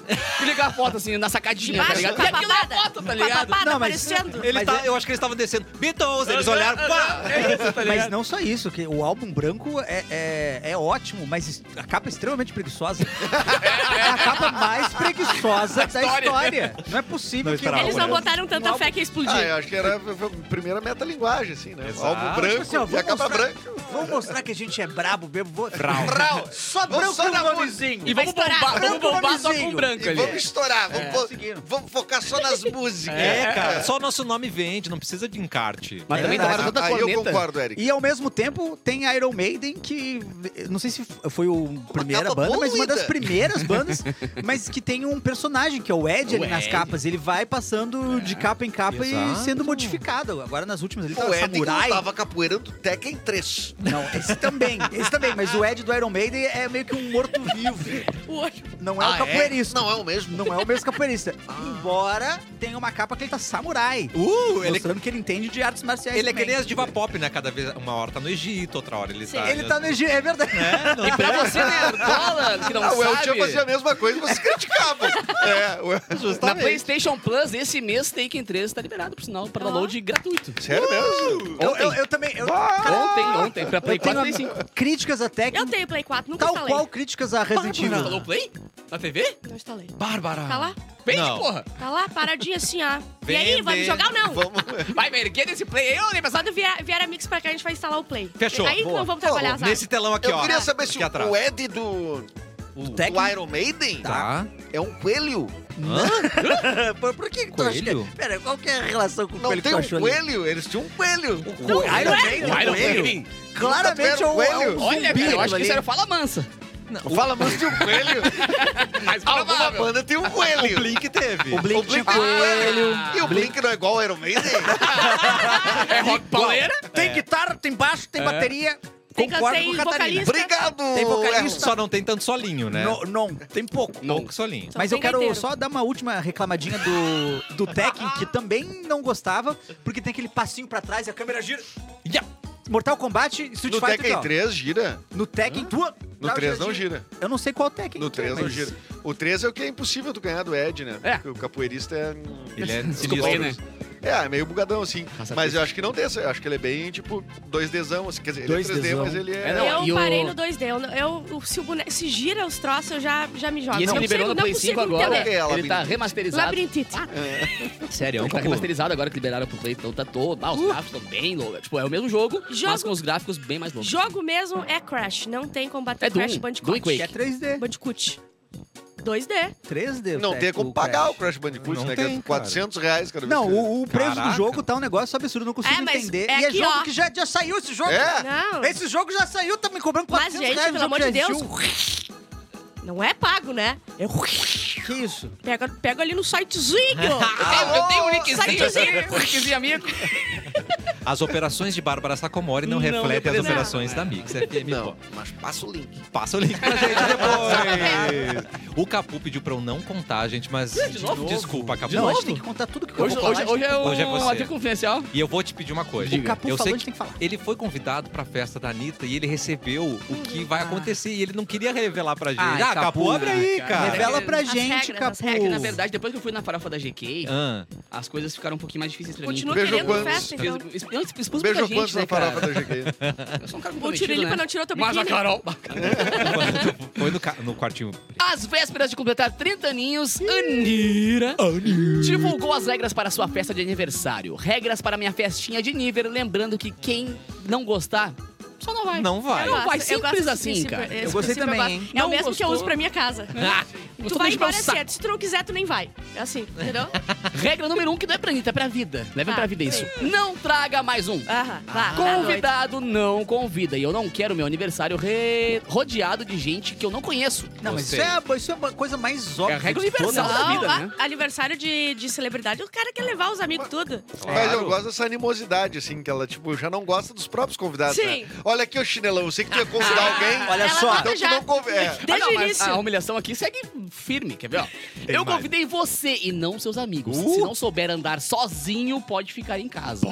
S4: E ligar a foto assim, na sacadinha, tá
S6: Debaixo
S4: ligado?
S6: da
S4: E aquilo é a
S6: papada.
S4: foto, tá
S6: Com a
S4: ligado?
S6: papada
S2: Não, mas- é
S6: aparecendo.
S1: Ele
S2: Mas
S1: tá- Eu acho que eles estavam descendo. Beatles! Eles olharam. Pá!
S4: É isso, tá
S2: Mas
S4: ligado?
S2: não só isso, que o álbum branco é, é, é ótimo, mas es- a capa é extremamente preguiçosa. É a capa mais preguiçosa da história. Não é possível
S1: Não
S2: que...
S1: esperava
S6: Eles não botaram tanta fé que ia explodir.
S7: Ah, eu acho que era a primeira metalinguagem, assim, né?
S1: Exato.
S7: Álbum branco
S2: Assim, ó,
S7: e a capa
S2: mostrar,
S7: branca.
S2: vou mostrar que a gente é brabo mesmo. Vou...
S7: Brau.
S2: Só
S7: Vamos
S2: branco
S7: só
S2: no
S7: na música.
S2: nomezinho.
S4: E vamos
S6: estourar.
S4: bombar, vamos
S2: Branco
S4: bombar só com
S2: nomezinho.
S4: branco
S7: E
S4: ali.
S7: vamos estourar, vamos, fo-
S2: conseguiram.
S7: vamos focar só nas músicas.
S1: É, cara, só o nosso nome vende, não precisa de encarte.
S4: Mas também
S2: É
S4: tomaram tanta
S2: verdade.
S7: Aí eu
S4: corneta.
S7: concordo, Eric.
S2: E ao mesmo tempo tem a Iron Maiden, que eh, não sei se foi a primeira
S7: capa
S2: banda, mas uma
S7: poluída.
S2: das primeiras bandas, mas que tem um personagem que é o Ed ali nas capas. Ele vai passando de capa em capa
S1: Exato.
S2: e sendo modificado. Agora nas últimas ele tá
S7: O Ed
S2: samurai.
S7: tava capoeira do Tekken 3.
S2: Não, esse também, esse também, mas o Ed do Iron Maiden é meio que um morto-vivo.
S6: O olho.
S2: Não é
S7: Ah,
S2: o capoeirista.
S7: Não é o mesmo.
S2: Não é o mesmo capoeirista. Embora tenha uma capa que ele tá samurai.
S1: Uh, ele,
S2: mostrando que ele entende de artes marciais.
S1: ele é que
S2: também.
S1: nem as diva pop, né? Cada vez, uma hora tá no Egito, outra hora ele tá...
S2: Ele tá no Egito, é verdade.
S4: E pra você, nerdola, que não
S7: Ah, o El Chan
S4: Então sabe,
S7: fazia a mesma coisa e vocês criticavam. é, o El...
S4: na PlayStation Plus, esse mês, Taken 3 tá liberado, por sinal, para download gratuito.
S7: Sério mesmo?
S2: Eu, eu- eu também. eu-
S7: Ah!
S4: Ontem, ontem, pra Play
S2: Eu tenho
S4: 4 e 5.
S2: críticas até que.
S6: Eu tenho Play 4, nunca
S2: Tal
S6: instalei.
S2: qual críticas a Resident
S4: Você
S2: Evil.
S4: instalou o Play? Na TV?
S6: Não instalei.
S1: Bárbara!
S6: Tá lá?
S4: Vende,
S1: Não.
S4: porra!
S6: Tá lá, paradinha assim, ó. E
S1: Vender.
S6: aí, vamos jogar ou não?
S7: Vamos.
S4: Vai, Mary, que esse Play? Eu nem pensava.
S6: Quando vier, vier a Mix pra cá, a gente vai instalar o Play.
S1: Fechou.
S6: Aí
S1: Boa.
S6: não vamos trabalhar, sabe?
S1: Nesse telão aqui,
S7: Eu
S1: ó.
S7: queria saber se
S1: Aqui
S7: o,
S1: atrás.
S7: o Ed do, do Iron Maiden
S1: Tá.
S7: é um coelho.
S2: Por, por que, que tu acha
S1: Coelho?
S2: que. Pera, qual que é a relação com o
S7: Não
S2: coelho que
S7: tem
S2: tu
S7: um
S2: achou ali?
S7: coelho, eles tinham um coelho.
S2: O Iron Maiden,
S4: O Iron
S2: coelho?
S4: Maiden.
S2: Claramente é um, é um
S7: Coelho?
S2: zumbi.
S4: Olha, cara, eu acho que
S2: aquilo
S4: isso era
S2: ali.
S4: fala mansa.
S7: Fala mais de um coelho.
S4: Mas
S7: Alguma
S4: provável.
S7: banda tem um coelho.
S1: O Blink teve.
S2: O Blink tinha
S7: tem um
S2: coelho.
S7: E o Blink não é igual ao Iron Maiden?
S4: É rock pauleira?
S2: Tem guitarra, tem baixo, tem bateria.
S6: Tem
S2: Concordo
S6: can-
S2: com
S6: tem
S2: a Catarina.
S6: vocalista.
S7: Obrigado!
S2: Tem vocalista.
S1: é Só não tem tanto solinho, né?
S2: Não, não, tem pouco.
S1: Pouco solinho.
S6: Só
S2: Mas
S6: tem
S2: eu quero
S6: gaiteiro.
S2: só dar uma última reclamadinha do, do Tekken, que também não gostava, porque tem aquele passinho pra trás e a câmera gira.
S1: Yeah.
S2: Mortal Kombat, Street
S7: É, No
S2: Fighter. aqui,
S7: Tekken
S2: ó.
S7: 3 gira.
S2: No Tekken, tu.
S7: No 3 não gira.
S2: Eu não sei qual Tekken.
S7: No
S2: que é,
S7: 3 não
S2: mas-
S7: gira. O 3 é o que é impossível tu ganhar do Ed, né?
S4: É.
S7: Porque o capoeirista é. hum,
S1: Ele é
S4: Desculpa aí, né?
S1: sinistro.
S7: É, é meio bugadão, assim.
S4: Nossa,
S7: mas eu acho que não tem essa. Eu acho que ele é bem, tipo, 2Dzão, assim. Quer dizer, ele é 3D,
S2: 2Dzão.
S7: mas ele é.
S4: É, não,
S6: eu
S4: e o-
S6: parei no 2D. Eu, não- eu- o- se, o boneco, se gira os troços, eu já, já me jogo.
S4: E esse que
S6: não
S4: liberou no
S6: consigo- não
S4: Play
S6: consigo
S4: 5 agora, Ah,
S6: entender.
S4: ele tá remasterizado.
S6: Labirintite.
S1: Sério, é um
S4: Ele tá
S1: capu.
S4: remasterizado agora que liberaram pro Play, então tá todo. Ah, os gráficos estão bem loucos. Tipo, é o mesmo jogo, mas
S6: Uh. Jogo-
S4: com os gráficos bem mais loucos.
S6: Jogo mesmo é Crash. Não tem combate
S4: É Doom,
S6: Crash
S4: Doom e
S6: Bandicoot.
S4: Quake.
S2: Que é 3D.
S6: Bandicoot. 2D.
S2: 3D. o
S7: Não
S2: Tekken,
S7: tem
S2: o
S7: como
S2: Crash.
S7: pagar o Crash Bandicoot,
S1: Não
S7: né? que
S1: tem,
S7: é 400 reais cada vez.
S2: Não,
S7: que-
S2: o, o preço
S1: Caraca.
S2: do jogo tá um negócio absurdo, eu não consigo
S6: É, mas
S2: entender.
S6: é
S2: e é
S6: aqui,
S2: jogo
S6: ó.
S2: que já, já saiu esse jogo.
S7: É?
S6: Não.
S2: Esse jogo já saiu, tá me cobrando
S6: Mas,
S2: 400
S6: gente,
S2: reais.
S6: pelo
S2: o jogo
S6: amor de
S2: já
S6: Deus. Não é pago, né? É
S2: existiu. Que isso?
S6: Pega, pega ali no sitezinho.
S4: Ah, eu tenho um
S6: sitezinho.
S4: Um linkzinho amigo.
S1: As operações de Bárbara Sacomori não,
S4: Não,
S1: refletem as
S4: não.
S1: operações da Mix é FM.
S7: Não,
S1: Pô,
S7: mas passa o link.
S1: Passa o link pra gente depois. o Capu pediu pra eu não contar, gente, mas...
S4: Ih, de novo?
S1: Desculpa, Capu.
S2: não, a gente tem que contar tudo que eu
S4: Hoje,
S2: vou falar.
S4: hoje, hoje é um
S1: Hoje é você.
S4: artigo confidencial.
S1: E eu vou te pedir uma coisa.
S2: O Capu
S1: eu
S2: falou,
S1: sei
S2: a gente tem que falar.
S1: Ele foi convidado pra festa da Anitta e ele recebeu o que vai acontecer e ele não queria revelar pra gente.
S2: Ai,
S1: ah, Capu,
S2: Capu,
S1: abre aí,
S4: ah,
S1: cara.
S4: cara.
S2: Revela pra
S6: As
S2: gente,
S6: regras, as
S2: Capu.
S4: É que, na verdade, depois que eu fui na farofa da GK,
S1: Ah,
S4: as coisas ficaram um pouquinho mais difíceis pra
S6: Continua
S4: mim.
S7: Beijo
S6: querendo
S7: quantos?
S6: festa, então.
S4: Eu expus- Eu expus muita
S7: Beijo
S4: gente,
S7: quantos
S4: né,
S7: na
S4: cara?
S7: farofa da GQ.
S4: Eu sou um cara
S6: Bom,
S4: comprometido,
S6: tirilipa
S4: né?
S6: não tirou teu
S4: Mas a
S6: biquíni.
S4: Carol...
S1: foi no, ca- no quartinho.
S4: Às vésperas de completar 30 aninhos, Anira divulgou as regras para sua festa de aniversário. Regras para minha festinha de nível, lembrando que quem não gostar, só não vai.
S1: Não vai.
S4: Não vai,
S6: gosto- eu gosto
S4: simples
S6: desse
S4: assim,
S6: princípio,
S4: cara.
S6: esse
S2: Eu gostei
S6: princípio
S2: também,
S6: gosto.
S4: hein?
S6: É o
S4: Não
S6: mesmo que eu
S4: gostou?
S6: uso pra minha casa.
S4: Ah,
S6: Tu
S4: gostou
S6: vai
S4: de meu
S6: embora
S4: saco.
S6: cedo. Se tu não quiser, tu nem vai. É assim, entendeu?
S4: Regra número um que não é pra Anitta, é pra vida. Levem
S6: Ah,
S4: pra vida é isso. Não traga mais um.
S6: Aham, vá. tá Convidar.
S4: Convidado não convida. E eu não quero meu aniversário re- rodeado de gente que eu não conheço.
S2: Não, mas isso
S1: Gostei.
S2: é, a- isso é uma coisa mais
S4: É
S2: óbvia.
S4: a regra
S2: de todas.
S4: universal da vida, né?
S6: Aniversário de, de celebridade, o cara quer levar os amigos tudo.
S7: Mas eu gosto dessa animosidade, assim, que ela, tipo, já não gosta dos próprios convidados,
S6: Sim. Ah.
S7: né? Olha aqui, ô chinelão, eu sei que tu ia convidar alguém.
S2: Olha
S6: Ela
S2: só.
S6: bota
S7: Então tu
S6: já.
S7: não convida. É.
S6: Desde
S4: Ah, não,
S6: o
S4: mas
S6: início.
S4: A humilhação aqui segue firme, quer ver? ó? Uh! Eu
S1: mais.
S4: convidei você e não seus amigos. Se não souber andar sozinho, pode ficar em casa.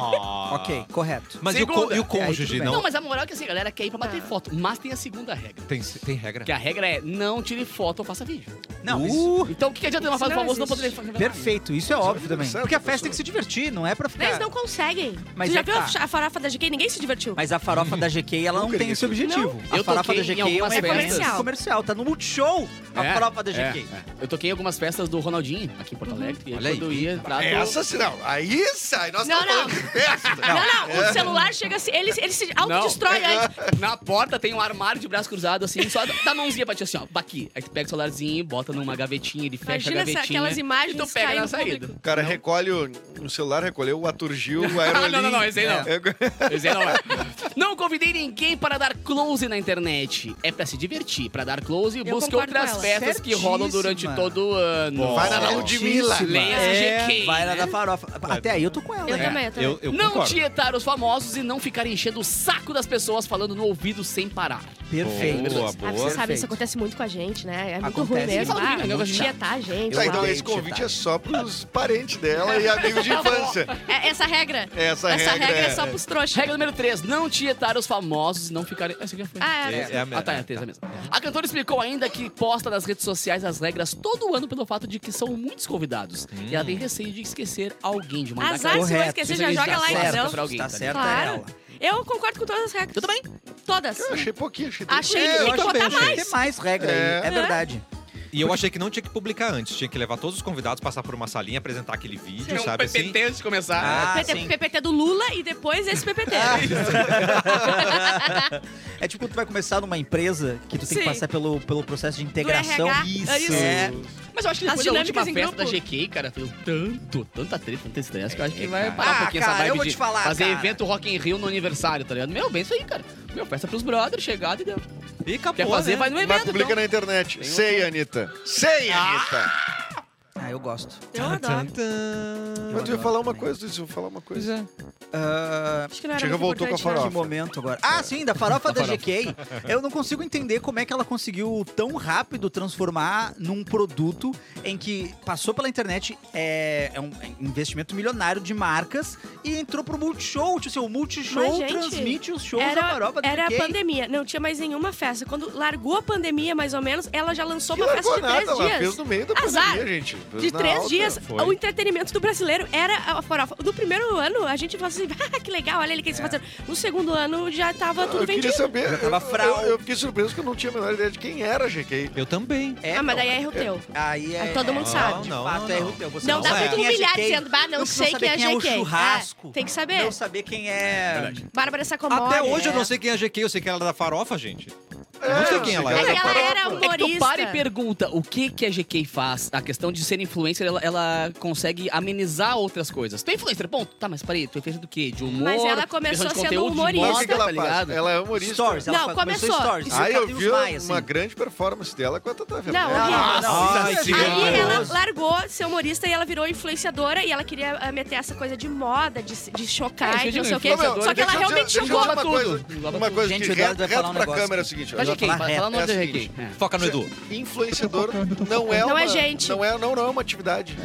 S2: Ok, correto.
S1: Mas e o, co-
S4: Segunda.
S1: e o
S2: É, aí
S1: cônjuge?
S2: tudo
S1: não,
S4: Não, mas a moral é que assim, a galera quer ir pra bater foto. Mas tem a segunda regra.
S1: Tem, tem regra?
S4: Que a regra é não tire foto ou faça vídeo.
S2: Não, isso-
S3: Uh,
S4: Então o que que adianta uma fase
S6: Isso não
S4: famosa não poder
S6: existe.
S4: fazer?
S2: perfeito. Isso é óbvio também.
S7: interessante,
S2: Porque a festa
S7: professor.
S2: tem que se divertir, não é pra
S6: Mas
S2: ficar...
S6: não conseguem.
S2: Mas
S6: tu já
S2: é que
S6: viu
S2: tá.
S6: a farofa da GK? Ninguém se divertiu.
S2: Mas a farofa da GK, ela não
S7: Nunca
S2: tem esse
S7: ninguém
S2: objetivo.
S4: Eu
S2: A farofa
S4: toquei
S2: da
S4: em
S2: GK é uma
S4: algumas
S2: experiência
S6: festas.
S2: comercial. Tá no Multishow a
S4: É,
S2: farofa da
S4: é,
S2: GK.
S4: é. Eu toquei em algumas festas do Ronaldinho aqui em Porto Alegre. E aí,
S1: Olha aí.
S4: quando eu ia pra.
S7: É Essa sinal. Aí sai, nós
S6: Não,
S7: estamos falando
S6: não.
S7: de festa.
S6: Não, não,
S7: é.
S6: o celular chega assim, ele, ele se autodestrói é tipo, antes.
S4: Na porta tem um armário de braço cruzado, assim, só dá mãozinha pra ti, assim, ó, baqui. Aí tu pega o celularzinho, bota numa gavetinha, ele fecha
S6: Imagina
S4: a
S6: essa-
S4: gavetinha.
S6: aquelas imagens
S4: e tu pega
S6: caindo
S4: na
S6: no
S4: saída.
S7: O cara recolhe o, o celular, recolheu o Aturgil, o
S4: Ah,
S7: Aerolim.
S4: não, não, não, esse aí não.
S7: É.
S4: Esse aí não é. Não convidei ninguém para dar close na internet. É pra se divertir, pra dar close e busque
S6: concordo com
S4: outras
S6: ela.
S4: festas que rolam durante
S2: Certíssima.
S4: todo o ano.
S7: Vai
S2: Tá
S7: na da Ludmilla.
S2: Certíssima. É,
S4: Leia essa GK,
S2: Vai lá
S4: né?
S2: da farofa. Até aí eu tô com ela.
S6: Eu
S2: né?
S6: também, eu também.
S1: Eu, eu
S4: não
S1: concordo.
S4: tietar os famosos e não ficar enchendo o saco das pessoas falando no ouvido sem parar.
S2: Perfeito.
S1: Boa, boa.
S6: Ah, você sabe, isso
S2: Perfeito.
S6: acontece muito com a gente, né? É muito
S2: Acontece.
S6: ruim mesmo.
S4: Fala
S6: Ah,
S4: comigo, eu gosto de
S6: tietar a gente.
S7: Tá,
S6: lá.
S7: então esse convite é só pros parentes dela e amigos de infância.
S6: É, essa regra.
S7: Essa regra
S6: regra é
S7: é-
S6: só pros trouxas.
S4: Regra número 3, não tietar os famosos e não ficar... Essa aqui já foi.
S6: Ah,
S1: É,
S6: é.
S1: é a
S4: Ah, tá, é a
S1: merda.
S4: terça mesmo. A cantora explicou ainda que posta nas redes sociais as regras todo ano pelo fato de que são muitos convidados. E ela tem receio de esquecer alguém, de mandar
S6: Azar se
S2: Correto.
S6: vai esquecer, já joga lá
S4: Certo.
S6: então.
S4: pra alguém,
S2: Tá
S4: tá
S2: certa
S6: Claro.
S2: ela.
S6: Eu concordo com todas as regras.
S4: Eu também.
S6: Todas.
S7: Eu achei É, pouquinho, achei
S6: É, Achei
S7: tranquilo.
S6: que tem que
S2: acho
S6: botar
S2: bem, achei.
S6: mais.
S2: Tem mais regra aí. É verdade.
S1: E eu achei que não tinha que publicar antes. Tinha que levar todos os convidados, passar por uma salinha, apresentar aquele vídeo, sabe assim?
S4: antes de começar.
S2: Ah,
S6: PT,
S7: assim.
S2: sim.
S6: PPT do Lula e depois esse PPT.
S7: Ah,
S2: É tipo quando tu vai começar numa empresa que tu tem
S6: Sim.
S2: que passar pelo, pelo processo de integração.
S6: RH,
S2: Isso.
S6: isso.
S2: É.
S4: Mas eu acho que
S6: As
S4: depois da última
S6: dinâmicas em
S4: festa da
S6: grupo.
S4: GK, cara, foi um tanto, tanta treta, tanto estresse, que eu acho que vai parar
S2: Ah,
S4: um pouquinho essa
S2: cara,
S4: vibe
S2: eu vou
S4: de
S2: te falar,
S4: fazer
S2: cara.
S4: evento Rock in Rio no aniversário, tá ligado? Meu, bem isso aí, cara. Meu, festa pros brothers, chegada e deu.
S1: E acabou,
S4: Quer fazer,
S1: né?
S4: vai no
S7: Mas
S4: evento,
S7: publica
S4: então.
S7: na internet.
S1: um
S7: Sei, Anitta. Sei, Anitta.
S2: Ah, eu gosto.
S6: Eu adoro.
S7: Mas eu ia falar uma coisa disso, eu vou falar uma coisa.
S2: Ah,
S6: Acho que não era
S7: Chega,
S6: muito
S7: voltou com a
S6: importante, né?
S7: farofa.
S2: que momento agora. Ah, sim, da farofa da, GK. Eu não consigo entender como é que ela conseguiu tão rápido transformar num produto em que passou pela internet, é, é um é um investimento milionário de marcas e entrou pro Multishow. Tipo assim, o Multishow
S6: Mas, gente,
S2: transmite os shows da
S6: Era,
S2: farofa da
S6: era a
S2: GK.
S6: pandemia, não tinha mais nenhuma festa. Quando largou a pandemia, mais ou menos, ela já lançou
S7: Que
S6: uma festa
S7: largou
S6: de três
S7: nada, ela
S6: dias.
S7: fez no meio da
S6: Azar.
S7: pandemia, gente. Fez
S6: De
S7: na
S6: três
S7: alta.
S6: dias,
S1: foi.
S6: o entretenimento do brasileiro era a farofa. Do primeiro ano, a gente falou assim, ah, que legal, olha ele que se fazendo. No segundo ano, já tava tudo
S7: Eu queria
S6: vendido.
S7: saber.
S2: Já tava
S7: eu-
S2: frau.
S7: Eu, eu fiquei surpreso que eu não tinha a menor ideia de quem era a GK.
S1: Eu também.
S2: É,
S6: ah, mas
S2: não.
S6: daí é erro teu.
S2: Aí é.
S6: Aí todo mundo
S2: é,
S6: sabe.
S2: De
S1: Não,
S2: fato,
S1: não,
S2: é
S1: não.
S2: erro teu. Você
S6: Não, dá
S1: sabe
S6: pra tu
S2: quem é
S6: humilhar
S2: GK,
S6: dizendo, bah, não,
S2: não
S6: sei
S2: saber
S6: quem é
S2: quem é o
S6: GK.
S2: churrasco.
S6: É, tem que saber.
S2: Não saber quem é.
S6: Bárbara Sacomori.
S1: Até hoje
S6: é.
S1: eu não sei quem é a GK, eu sei que ela era da farofa, gente. Eu não sei quem ela
S6: É
S1: era.
S6: que ela era
S4: É que tu
S6: humorista.
S4: para e pergunta o que, que a GK faz. A questão de ser influencer, ela, ela consegue amenizar outras coisas. Tu é influencer, ponto. Tá, mas peraí, tu é influencer do quê? De humor?
S6: Mas ela
S4: de criação
S6: começou
S4: de
S6: sendo
S4: conteúdo, de
S6: humorista.
S7: Mas o
S4: moda,
S7: que, que ela
S4: tá
S7: faz?
S4: ligado?
S7: Ela é humorista.
S2: Stories, ela
S6: Não,
S2: fa- começou
S6: começou.
S2: stories.
S7: Aí Ah, eu
S2: Quadrinhos
S7: vi
S2: Maia, assim.
S7: uma grande performance dela com a Tata Werneck.
S6: Não, horrível.
S2: Ah,
S1: Nossa,
S2: não, isso é
S1: que
S6: Aí
S1: Maravilhoso.
S6: ela largou ser humorista e ela virou influenciadora e ela queria ah, meter essa coisa de moda, de, se- de
S4: É, isso
S6: chocar
S4: que
S6: e
S4: eu
S6: não sei
S4: digo,
S6: o quê.
S4: influenciadora,
S6: Só que
S4: deixa
S6: ela
S4: eu dizer-
S6: realmente
S7: deixa eu
S6: chocou.
S7: dizer
S4: engloba
S7: uma coisa.
S4: tudo. Engloba
S7: Uma
S4: tudo.
S7: coisa
S2: Gente,
S7: que
S2: o Eduardo vai
S7: reto,
S2: falar
S7: reto
S2: um
S7: pra
S2: negócio
S7: câmera é o
S2: aqui.
S7: seguinte.
S4: Da
S2: Mas-
S7: olha.
S4: GK,
S2: falar
S4: vai falar o nome
S2: reto,
S4: da
S2: é o
S4: GK.
S2: seguinte.
S4: é.
S1: Foca no Edu.
S7: Influenciador não é
S6: Não
S7: uma...
S6: é gente.
S7: Não é, não, não é uma atividade.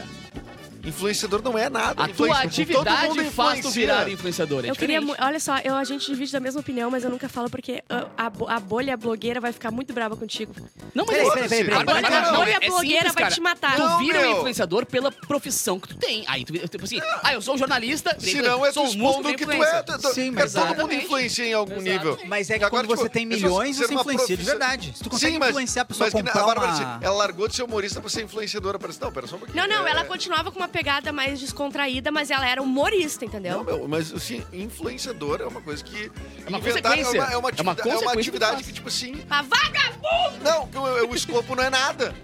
S7: Influenciador não é nada.
S4: A tua
S7: Influenci- todo
S4: atividade
S7: mundo
S4: faz tu
S7: influencia.
S4: virar influenciador. É
S6: Eu queria, mu-
S4: diferente.
S6: olha só, eu, a gente divide da mesma opinião, mas eu nunca falo porque ah, a, bo- a bolha blogueira vai ficar muito brava contigo.
S4: Não, mas
S2: Peraí,
S4: é-
S2: peraí, peraí, peraí.
S6: A bolha,
S7: não,
S6: a
S7: não,
S6: bolha
S4: é simples,
S6: blogueira vai
S4: cara.
S6: te matar.
S4: Tu
S7: Não,
S4: vira um
S7: meu.
S4: influenciador pela profissão que tu tem. Aí tu, tipo assim, ah, eu sou jornalista,
S7: Se não, é tu
S4: sou um músico,
S7: expondo o que tu
S4: influencer.
S7: é. tu- tu-
S2: Sim,
S7: é
S2: mas
S7: todo mundo
S4: exatamente.
S7: influencia em algum nível.
S2: Mas é que
S7: Agora,
S2: quando você
S7: tipo,
S2: tem
S7: isso
S2: milhões,
S7: ser
S2: você
S7: uma
S2: influencia de
S7: profissão-
S2: verdade. Se tu consegue
S7: Sim, mas,
S2: influenciar a pessoa
S7: mas
S2: a
S7: que nem
S2: comprar
S7: a Bárbara
S2: uma...
S7: disse, ela largou de ser humorista pra ser influenciadora. Parece, não, pera só um pouquinho.
S6: Não, não,
S7: É-
S6: ela continuava com uma pegada mais descontraída, mas ela era humorista, entendeu?
S7: Não, meu, mas assim, influenciador é uma coisa que.
S4: É uma
S7: inventar-
S4: consequência.
S7: É uma,
S4: É
S7: é uma
S4: uma
S7: atividade, é uma
S4: consequência
S7: atividade
S4: que tu
S7: que, tipo assim.
S6: A vagabunda!
S7: Não, que o, o escopo não é nada.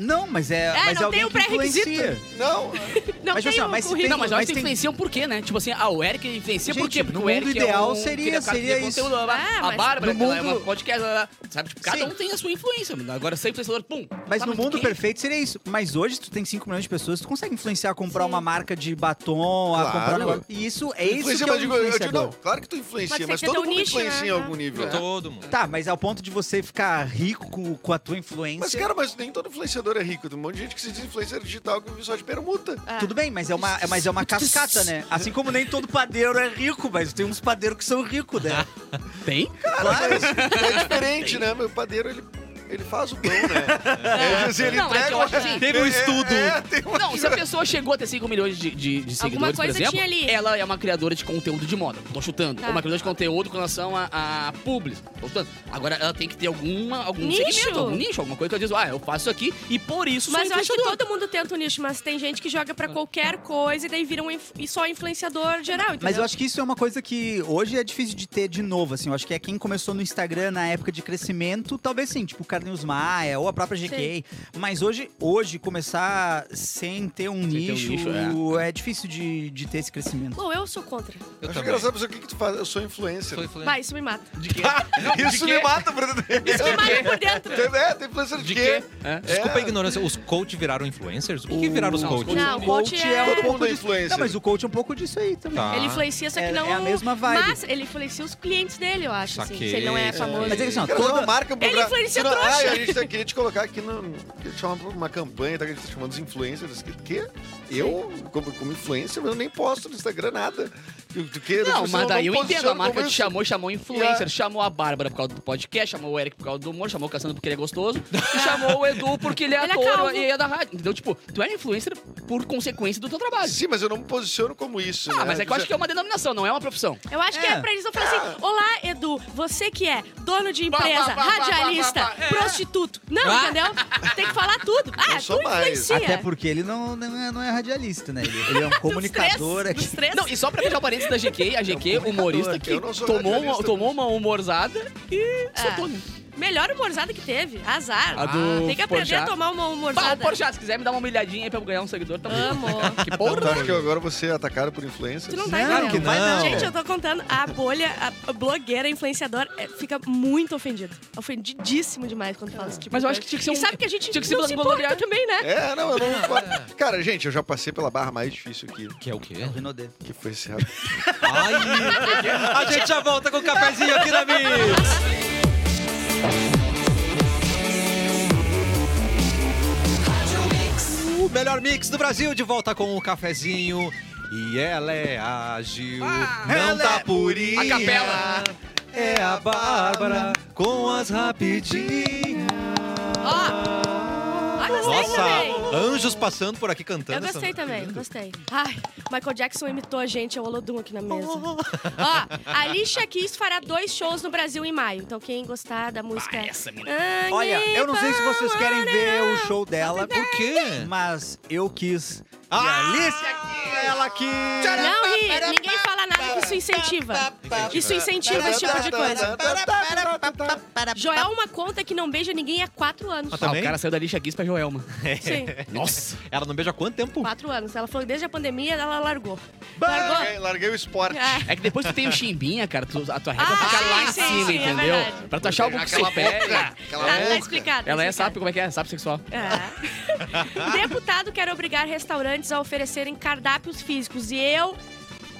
S2: Não, mas é, mas
S6: não
S2: é alguém
S6: tem o
S2: que
S6: pré-requisito.
S2: influencia.
S7: Não.
S6: Não
S2: Mas,
S6: tem
S2: assim, ó,
S6: um
S2: mas se
S6: currículo.
S2: tem-
S4: Não, mas eu acho
S2: mas
S4: que
S2: tem-
S4: influenciam por quê, né? Tipo assim, ah, o Eric influencia por
S2: Gente,
S4: quê? Porque
S2: no
S4: o Eric
S2: mundo
S4: é
S2: ideal
S4: um
S2: seria-
S4: criador de
S2: seria
S4: conteúdo,
S2: isso.
S4: blá, blá, blá.
S6: Ah,
S4: a
S6: mas
S4: Bárbara,
S2: no
S4: ela é uma
S2: mundo-
S4: podcast, ela- sabe? Tipo, cada
S2: Sim.
S4: um tem a sua influência. mano. Agora, ser influenciador, pum.
S2: Mas
S4: tá,
S6: um
S2: no mundo
S4: quem-
S2: perfeito seria isso. Mas hoje, se tu tem 5 milhões de pessoas, tu consegue influenciar a comprar uma marca de batom, a
S7: Claro.
S2: comprar um negócio. E isso é isso que
S7: influencia,
S2: é um
S7: mas digo, eu digo,
S2: influenciador.
S7: não. Claro que tu influencia,
S6: Mas tem
S7: mas,
S6: que
S4: é
S6: ter
S7: todo
S6: teu
S7: mundo
S6: nicho,
S7: influencia
S6: né?
S7: em algum nível.
S1: Todo mundo.
S2: Tá, mas ao ponto de você ficar rico com, com a tua influência...
S7: Mas, cara, mas nem todo influenciador é rico. Tem um monte de gente que se diz influencer digital que vive só de permuta.
S2: Tudo bem, mas é, uma, é- mas é uma cascata, né? Assim como nem todo padeiro é rico, mas tem uns padeiros que são ricos, né?
S4: Tem?
S7: Cara, mas é diferente, né? Meu padeiro, ele ele faz o pão, né? Ele, ele
S4: Não, é um que eu
S7: entrega...
S4: acho assim,
S1: Teve um estudo.
S4: Não, se a
S2: assim?
S4: pessoa chegou a ter 5 milhões de, de, de seguidores,
S6: Alguma coisa
S4: por exemplo,
S6: tinha ali.
S4: ela é uma criadora de conteúdo de moda. Tô chutando.
S6: Tá.
S4: É uma criadora de conteúdo com relação a, a publis. Tô chutando. Agora, ela tem que ter alguma, algum
S6: Nicho.
S4: segmento, algum nicho, alguma coisa que ela diz, ah, eu faço isso aqui e por isso
S6: Mas eu
S4: sou
S6: acho que
S4: influenciadora.
S6: todo mundo tenta o nicho, mas tem gente que joga pra qualquer coisa e daí vira um inf- e só influenciador geral, entendeu?
S2: Mas eu acho que isso é uma coisa que hoje é difícil de ter de novo, assim. Eu acho que é quem começou no Instagram na época de crescimento, talvez sim, tipo o Carlinhos Maia ou a própria GK. Mas hoje, hoje, começar sem ter um
S4: Sem ter um
S2: nicho,
S4: nicho,
S2: é. difícil de, de ter esse crescimento.
S6: Bom, eu sou contra.
S1: Eu
S7: Acho
S1: também.
S7: engraçado, mas o que, que tu faz? Eu sou influencer.
S1: Sou influencer.
S6: Vai, isso me mata.
S4: De quê?
S2: Tá,
S7: Isso me mata, Brandon.
S6: Isso me mata por dentro.
S7: É, tem influencer de,
S4: De
S7: quê?
S4: quê? É.
S1: Desculpa a ignorância, os coach viraram influencers? O que, que viraram os
S4: Não, os
S1: coach?
S6: Não, o coach é...
S4: um
S7: Todo mundo é
S2: disso.
S7: influencer.
S2: Não, mas o coach é um pouco disso aí também.
S1: Tá.
S6: Ele influencia, só que
S2: É-
S6: não...
S2: é a mesma vibe.
S6: Mas ele influencia os clientes dele, eu acho, assim.
S1: Saquei.
S6: Se ele não é famoso.
S2: Mas é que assim, ó,
S7: Cara, toda
S2: toda...
S7: marca
S4: é
S6: Ele
S7: pra-
S6: influencia
S7: Não,
S6: trouxa.
S7: ai, a gente tá, queria te colocar aqui no. queria te chamar pra uma campanha, tá? Que a gente tá chamando os influencers. Que, que? eu, como, como influencer, eu nem posto no Instagram nada. Que, do
S4: Não,
S7: que,
S4: É.
S7: tipo, eu
S4: mas daí eu entendo.
S7: posiciono
S4: A marca
S7: como
S4: te
S7: isso.
S4: chamou, chamou influencer,
S7: E a-
S4: chamou a Bárbara por causa do podcast, chamou o Eric por causa do humor, chamou o Cassandro porque ele é gostoso, e chamou o Edu porque ele é
S6: Ele é
S4: ator
S6: calvo.
S4: e é da rádio. Entendeu? Tipo, tu é influencer por consequência do teu trabalho.
S7: Sim, mas eu não me posiciono como isso.
S4: Ah,
S7: né?
S4: mas é que eu acho que é uma denominação, não é uma profissão.
S6: Eu acho que é pra eles não falar assim: Olá, Edu, você que é dono de empresa,
S4: Pá, pá, pá,
S6: radialista,
S4: pá, pá, pá. É.
S6: Não, entendeu? Tem que falar tudo. Ah,
S7: sou
S6: tu
S7: mais.
S6: influencia.
S2: Até porque ele não, não, é, não é radialista, né? Ele, ele é um comunicador
S6: Dos
S2: aqui.
S6: três,
S4: Não,
S6: dos
S4: e
S6: três.
S4: só pra fechar o parênteses da GQ, a GQ, É um humorista que
S7: eu não sou
S4: tomou uma,
S7: radialista.
S4: tomou uma humorzada e soltou. né?
S6: Melhor humorzada que teve. Azar.
S4: A do
S6: Tem que aprender
S4: Porchat.
S6: a tomar uma
S4: Bah,
S6: humorzada.
S4: Porchat, se quiser me dar uma humilhadinha aí pra eu ganhar um seguidor, tamo junto.
S6: Amo.
S4: Que
S7: Então, tá,
S4: porra!
S7: acho que agora você é atacado por influencers.
S6: Tu não tá
S2: Não,
S6: entendendo.
S1: que não.
S6: Gente, eu tô contando. A bolha, a- a blogueira, a influenciadora, é, fica muito ofendida. Ofendidíssimo demais quando fala esse tipo
S4: Mas
S6: de
S4: eu acho que
S6: coisa.
S4: tinha que ser
S6: E
S4: um-
S6: sabe que a gente
S4: tinha que ser
S6: não se
S4: vangloriar.
S6: importa também, né?
S7: É, não, eu não. Cara, gente, eu já passei pela barra mais difícil aqui,
S1: Que é o quê?
S2: Renaudet.
S7: que foi esse
S1: Ai, a gente já volta com o cafezinho aqui na Mix. O melhor mix do Brasil, de volta com o cafezinho. E ela é ágil, não
S2: ela
S1: tá
S2: é
S1: purinha.
S4: A capela.
S1: É a Bárbara com as rapidinhas.
S6: Ó.
S2: É.
S6: Ah, gostei
S1: Nossa,
S6: também.
S1: anjos passando por aqui cantando.
S6: Eu gostei
S1: essa-
S6: também, gostei. Ai, Michael Jackson imitou a gente, é o Olodum aqui na mesa.
S2: Oh.
S6: Ó, a Alicia Keys fará dois shows no Brasil em maio. Então quem gostar da música...
S4: Ah, essa menina.
S2: Olha, eu não sei se vocês querem ver o show dela,
S1: Por quê?
S2: mas eu quis.
S1: Ah!
S2: E a Alicia aqui, ela quis.
S6: Não ri, ninguém fala nada que isso incentiva. Isso incentiva esse tipo de coisa. Joelma conta que não beija ninguém há quatro anos.
S1: Mas
S4: Ah,
S1: também?
S4: o cara saiu da lixa aqui pra Joelma.
S6: Sim,
S4: Nossa!
S1: Ela não beija há quanto tempo?
S6: quatro anos. Ela falou que desde a pandemia ela largou.
S7: Larguei, larguei o esporte.
S6: É.
S4: É que depois que tu tem o chimbinha, cara, tu- a tua régua
S6: Ah,
S4: fica lá em
S6: sim,
S4: cima,
S6: sim, é
S4: entendeu?
S6: verdade.
S4: pra tu achar algo que se pega.
S6: Tá, tá explicado. tá
S4: Ela é
S6: explicado.
S4: sapo, como é que é? Sapo sexual.
S6: É. Deputado quer obrigar restaurantes a oferecerem cardápios físicos. E eu.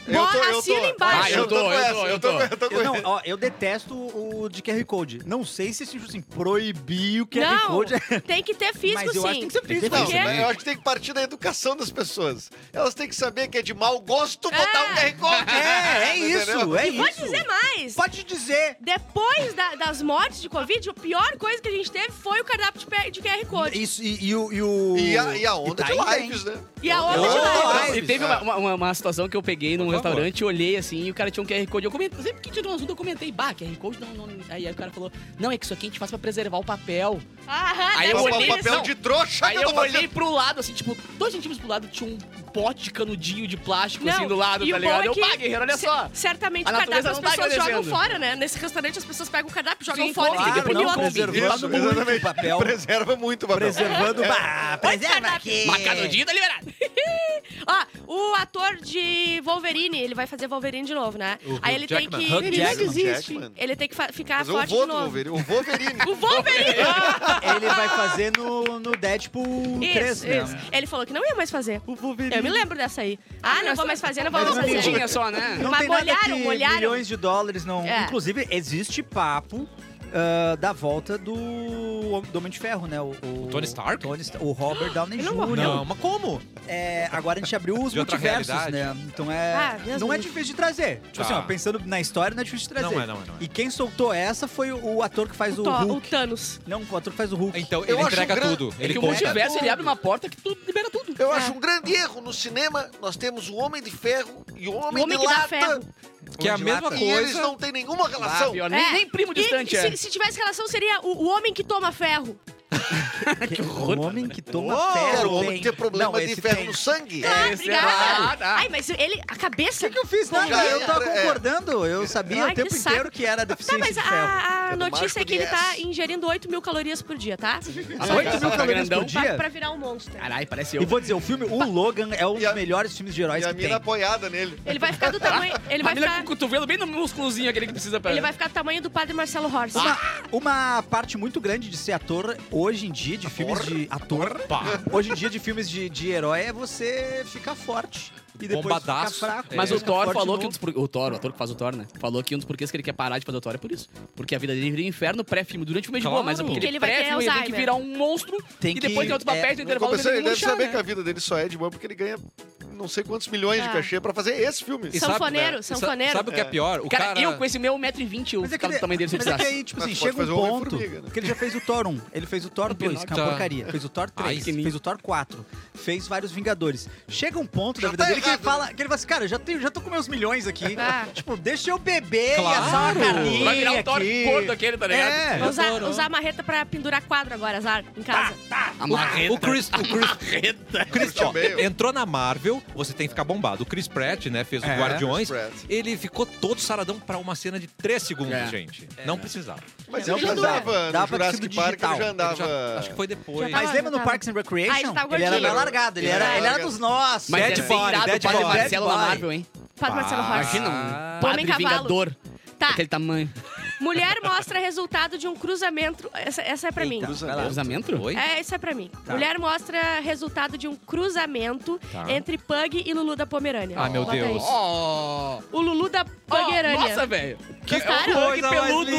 S7: Eu tô, eu
S6: assina
S7: tô.
S6: embaixo.
S4: Ah, eu tô,
S7: com
S4: eu tô,
S7: essa,
S4: eu
S7: eu tô,
S4: tô.
S7: com- eu tô
S2: Eu,
S7: com
S2: não, ó, eu detesto o de QR Code. Não sei se tipo assim, proibir o
S7: é
S2: QR
S6: não,
S2: Code. É,
S6: tem que ter físico,
S2: mas eu
S6: sim.
S2: acho que tem que ser
S7: Não,
S2: físico. né?
S6: Por quê?
S7: mas Então, eu acho que tem que partir da educação das pessoas. Elas têm que saber que é de mau gosto botar um QR Code.
S2: É, é isso, é
S6: Vou
S2: isso.
S6: dizer mais.
S2: Pode dizer.
S6: Depois da- das mortes de Covid, a pior coisa que a gente teve foi o cardápio de, P- de QR Code.
S2: Isso, e, e o- e o.
S7: E a, e a
S2: tá
S7: onda de
S2: aí, tá, hein?
S7: lives, né?
S6: E a onda de
S7: Não,
S6: live.
S7: não,
S4: E teve
S7: é.
S4: uma, uma, uma situação que eu peguei num
S1: Por favor.
S4: restaurante, olhei assim, e o cara tinha um QR Code. Eu comentei, sempre que tirou um assunto, eu comentei, bah, QR Code não, não. Aí, aí o cara falou, não, é que isso aqui a gente faz pra preservar o papel.
S6: Aham,
S4: Aí
S6: deve
S4: eu
S6: ser
S4: olhei-
S6: isso.
S7: papel
S4: não.
S7: de trouxa
S4: Aí
S7: que eu
S4: eu
S7: tô fazendo.
S4: olhei pro lado, assim, tipo, dois centímetros pro lado, tinha um pote de canudinho de plástico,
S6: Não,
S4: assim, do lado,
S6: e
S4: tá
S6: o bom
S4: ligado?
S6: é
S4: eu,
S6: que
S4: bah, guerreiro, olha
S6: ce-
S4: só.
S6: Certamente
S4: A
S6: o cardápio
S4: natureza
S6: as
S4: não tá
S6: pessoas jogam
S4: agradecendo.
S6: fora, né? Nesse restaurante as pessoas pegam o cardápio, jogam
S4: Sim,
S6: fora.
S4: claro,
S6: e depois
S4: não, é-
S6: pior.
S4: preserva.
S2: preservando
S7: Isso,
S2: muito
S7: exatamente.
S2: o papel.
S7: Preserva muito o papel. É.
S2: Preservando. bah, preserva
S6: É.
S2: aqui.
S4: Mas canudinho tá liberado.
S6: Ó, o ator de Wolverine, ele vai fazer Wolverine de novo, né?
S1: O
S6: Aí ele tem
S1: Jackman.
S6: que.
S2: Hugh Jackman.
S7: Jackman.
S6: Ele tem que fa- ficar
S7: Mas eu
S6: forte
S7: vou
S6: de
S7: do
S6: novo.
S7: Wolverine. O Wolverine.
S6: O Wolverine!
S2: Ele vai fazer no, no Deadpool
S6: isso,
S2: 3, né?
S6: isso. Ele falou que não ia mais fazer.
S2: O Wolverine.
S6: Eu me lembro dessa aí. Ah, não vou mais fazer, não vou
S2: Mas
S6: mais
S2: o
S6: fazer.
S4: Canudinha um só, né?
S2: Não
S6: Mas
S2: tem
S6: molharam,
S2: nada que
S6: molharam.
S2: milhões de dólares não.
S6: É.
S2: Inclusive, existe papo ah, da volta do, do Homem de Ferro, né? O, o-
S1: Tony Stark?
S2: Tony Sta- o Robert Downey
S6: Ele não
S2: Jr.
S1: Não, mas como?
S2: É, agora a gente abriu os
S1: De outra
S2: multiversos, né?
S1: realidade.
S2: Então é.
S6: Ah, Deus
S2: não é
S6: me livre.
S2: difícil de trazer. Tipo
S1: Tá.
S2: assim, ó, pensando na história, não é difícil de trazer.
S1: Não é, não é, não é.
S2: E quem soltou essa foi o ator que faz o,
S6: o, Thor- o
S2: Hulk.
S6: Thanos.
S2: Não, o ator que faz o Hulk.
S1: Então,
S7: Eu
S1: ele
S7: acho
S1: entrega
S7: gran-
S1: tudo.
S4: É
S1: Ele
S4: que o
S1: conta.
S4: multiverso, ele abre uma porta que tu libera tudo.
S7: Eu acho um grande erro. No cinema, nós temos o Homem de Ferro e o Homem,
S6: O Homem
S7: de
S6: que dá
S7: Lata.
S6: ferro.
S1: Que é a
S7: de
S1: mesma
S7: lata. E
S1: coisa.
S7: eles não têm nenhuma relação.
S4: Sabe, ó, nem,
S6: É.
S4: nem primo
S6: E
S4: distante é.
S6: se, se tivesse relação, seria o, o homem que toma ferro.
S2: o homem que toma
S7: Oh,
S2: ferro.
S7: era o homem
S2: tem-
S7: que tinha problema
S2: Não,
S7: de
S2: esse
S7: ferro
S2: tem.
S7: no sangue.
S2: é
S6: Ah, obrigada.
S4: Ah, tá.
S6: Ai, mas ele... A cabeça...
S2: O que eu fiz? Nada,
S7: Já
S2: eu tava
S7: era, é.
S2: concordando. Eu sabia
S6: Ai,
S2: o tempo
S6: que saco.
S2: inteiro que era
S6: Tá,
S2: deficiência
S6: mas
S2: de ferro.
S6: a, a
S7: É do Marco
S6: notícia é que ele tá
S7: Dias.
S6: ingerindo 8 mil calorias por dia, tá?
S4: Ah,
S2: 8 mil
S4: tá
S2: calorias por
S4: grandão.
S6: Pra,
S2: dia.
S6: pra virar um monstro.
S4: Caralho, parece eu.
S2: E vou dizer, o filme, o Logan é um
S7: E
S2: dos
S7: a-
S2: melhores filmes de
S7: E
S2: heróis
S7: a
S2: que
S7: mina
S2: tem.
S7: apoiada nele.
S6: Ele vai ficar do tamanho... Ele
S4: A
S6: vai
S4: mina com
S6: ficar...
S4: o cotovelo bem no músculozinho aquele que precisa pra... É.
S6: Ele vai ficar do tamanho do padre Marcelo Horst.
S2: Uma,
S7: tá-
S2: uma parte muito grande de ser ator hoje em dia, de filmes de. Ator? Hoje em dia, de filmes de, de herói, é você ficar forte. E depois ficar
S1: Bombadaço.
S2: fraco.
S4: Mas
S2: e
S4: o
S2: ficar
S4: Thor
S2: forte
S4: falou
S2: de
S4: que um
S2: novo.
S4: dos por- o Thor, o ator que faz o Thor, né? Falou que um dos porquês que ele quer parar de fazer o Thor é por isso. Porque a vida dele vira um inferno pré-filme durante o mês de boa,
S1: Claro.
S4: mas é porque
S6: Porque
S4: ele
S6: ele vai ter
S4: pré-filme ele tem que
S6: Alzheimer.
S4: virar um monstro
S2: Tem
S4: e depois
S2: que-
S4: tem outros
S2: é,
S4: papéis no
S7: Ele
S4: intervalo
S7: começou, ele
S4: ele
S7: deve
S4: murchar,
S7: saber
S4: né?
S7: que a vida dele só é de boa porque ele ganha não sei quantos milhões
S6: Ah.
S7: de cachê pra fazer esse filme.
S1: E
S6: Sanfoneiro,
S1: Sa-
S6: sanfoneiro.
S1: Sabe o que é pior? O
S4: Cara,
S1: cara...
S4: eu com esse meu 1,20m, eu
S2: Mas é que
S4: ficava
S2: ele,
S4: do tamanho dele se eu
S2: mas é que
S4: precisasse.
S2: aí, tipo
S7: Mas
S2: assim,
S7: pode
S2: chega
S7: fazer
S2: um
S7: o
S2: ponto
S7: Homem-Formiga, né?
S2: que ele já fez o Thor 1, ele fez o Thor 2, que é uma
S1: Tá.
S2: porcaria. Fez o Thor 3,
S1: pequenininho.
S2: fez o Thor 4, fez vários Vingadores. Chega um ponto da
S7: Já
S2: vida
S7: tá
S2: dele que ele,
S7: errado,
S2: fala, que ele fala assim, cara, eu já, tenho, já tô com meus milhões aqui.
S6: Ah.
S2: Tipo, deixa eu beber e assar
S1: Claro.
S2: uma carninha
S4: Vai virar um Thor
S2: é aqui.
S4: gordo aquele, tá ligado?
S2: É.
S6: Vou usar,
S1: Adoro.
S6: usar a marreta pra pendurar quadro agora, azar, em
S2: Tá.
S6: casa.
S4: A
S1: O, o Chris, o Chris,
S4: marreta.
S1: Chris
S7: Christian
S1: ó,
S7: Bale.
S1: entrou na Marvel, você tem que ficar bombado. O Chris Pratt, né, fez
S2: É.
S1: o Guardiões.
S7: Chris Pratt.
S1: Ele ficou todo saradão pra uma cena de 3 segundos,
S4: É.
S1: gente. Não precisava.
S7: Mas
S6: Não,
S7: ele já
S6: mas dá-
S7: andava
S2: dá
S7: no
S2: pra
S7: Jurassic
S2: tecido
S7: Park, ele
S2: digital.
S7: já andava...
S1: Já- acho que foi depois.
S6: Já tava-
S2: Mas
S4: tá.
S2: lembra no
S6: tava.
S2: Parks and
S6: Ah, ele
S2: Recreation?
S6: tava
S2: ele era
S6: gordinho.
S2: mais largado, ele era, ele era dos nossos.
S4: Mas
S1: Dead
S4: deve
S1: Boy,
S4: ser irado
S1: Dead
S4: o padre
S1: Boy.
S4: Marcelo na
S2: Dead Boy.
S4: Marvel, hein?
S6: Padre Marcelo Horst.
S4: Imagina um padre
S6: Homem-Cavalo.
S4: vingador
S7: um
S6: Tá,
S4: daquele tamanho.
S6: mulher mostra resultado de um cruzamento... Essa, essa é pra mim.
S4: Cruzamento? Oi?
S6: É, isso é pra mim. Mulher mostra resultado de um cruzamento
S1: Tá.
S6: entre Pug e Lulu da Pomerânia.
S1: Ah, meu
S6: Bota aí.
S1: Deus.
S4: Oh.
S6: O Lulu da Pomerânia.
S4: nossa, é velho. Que
S6: Gostaram?
S4: Hulk peludo.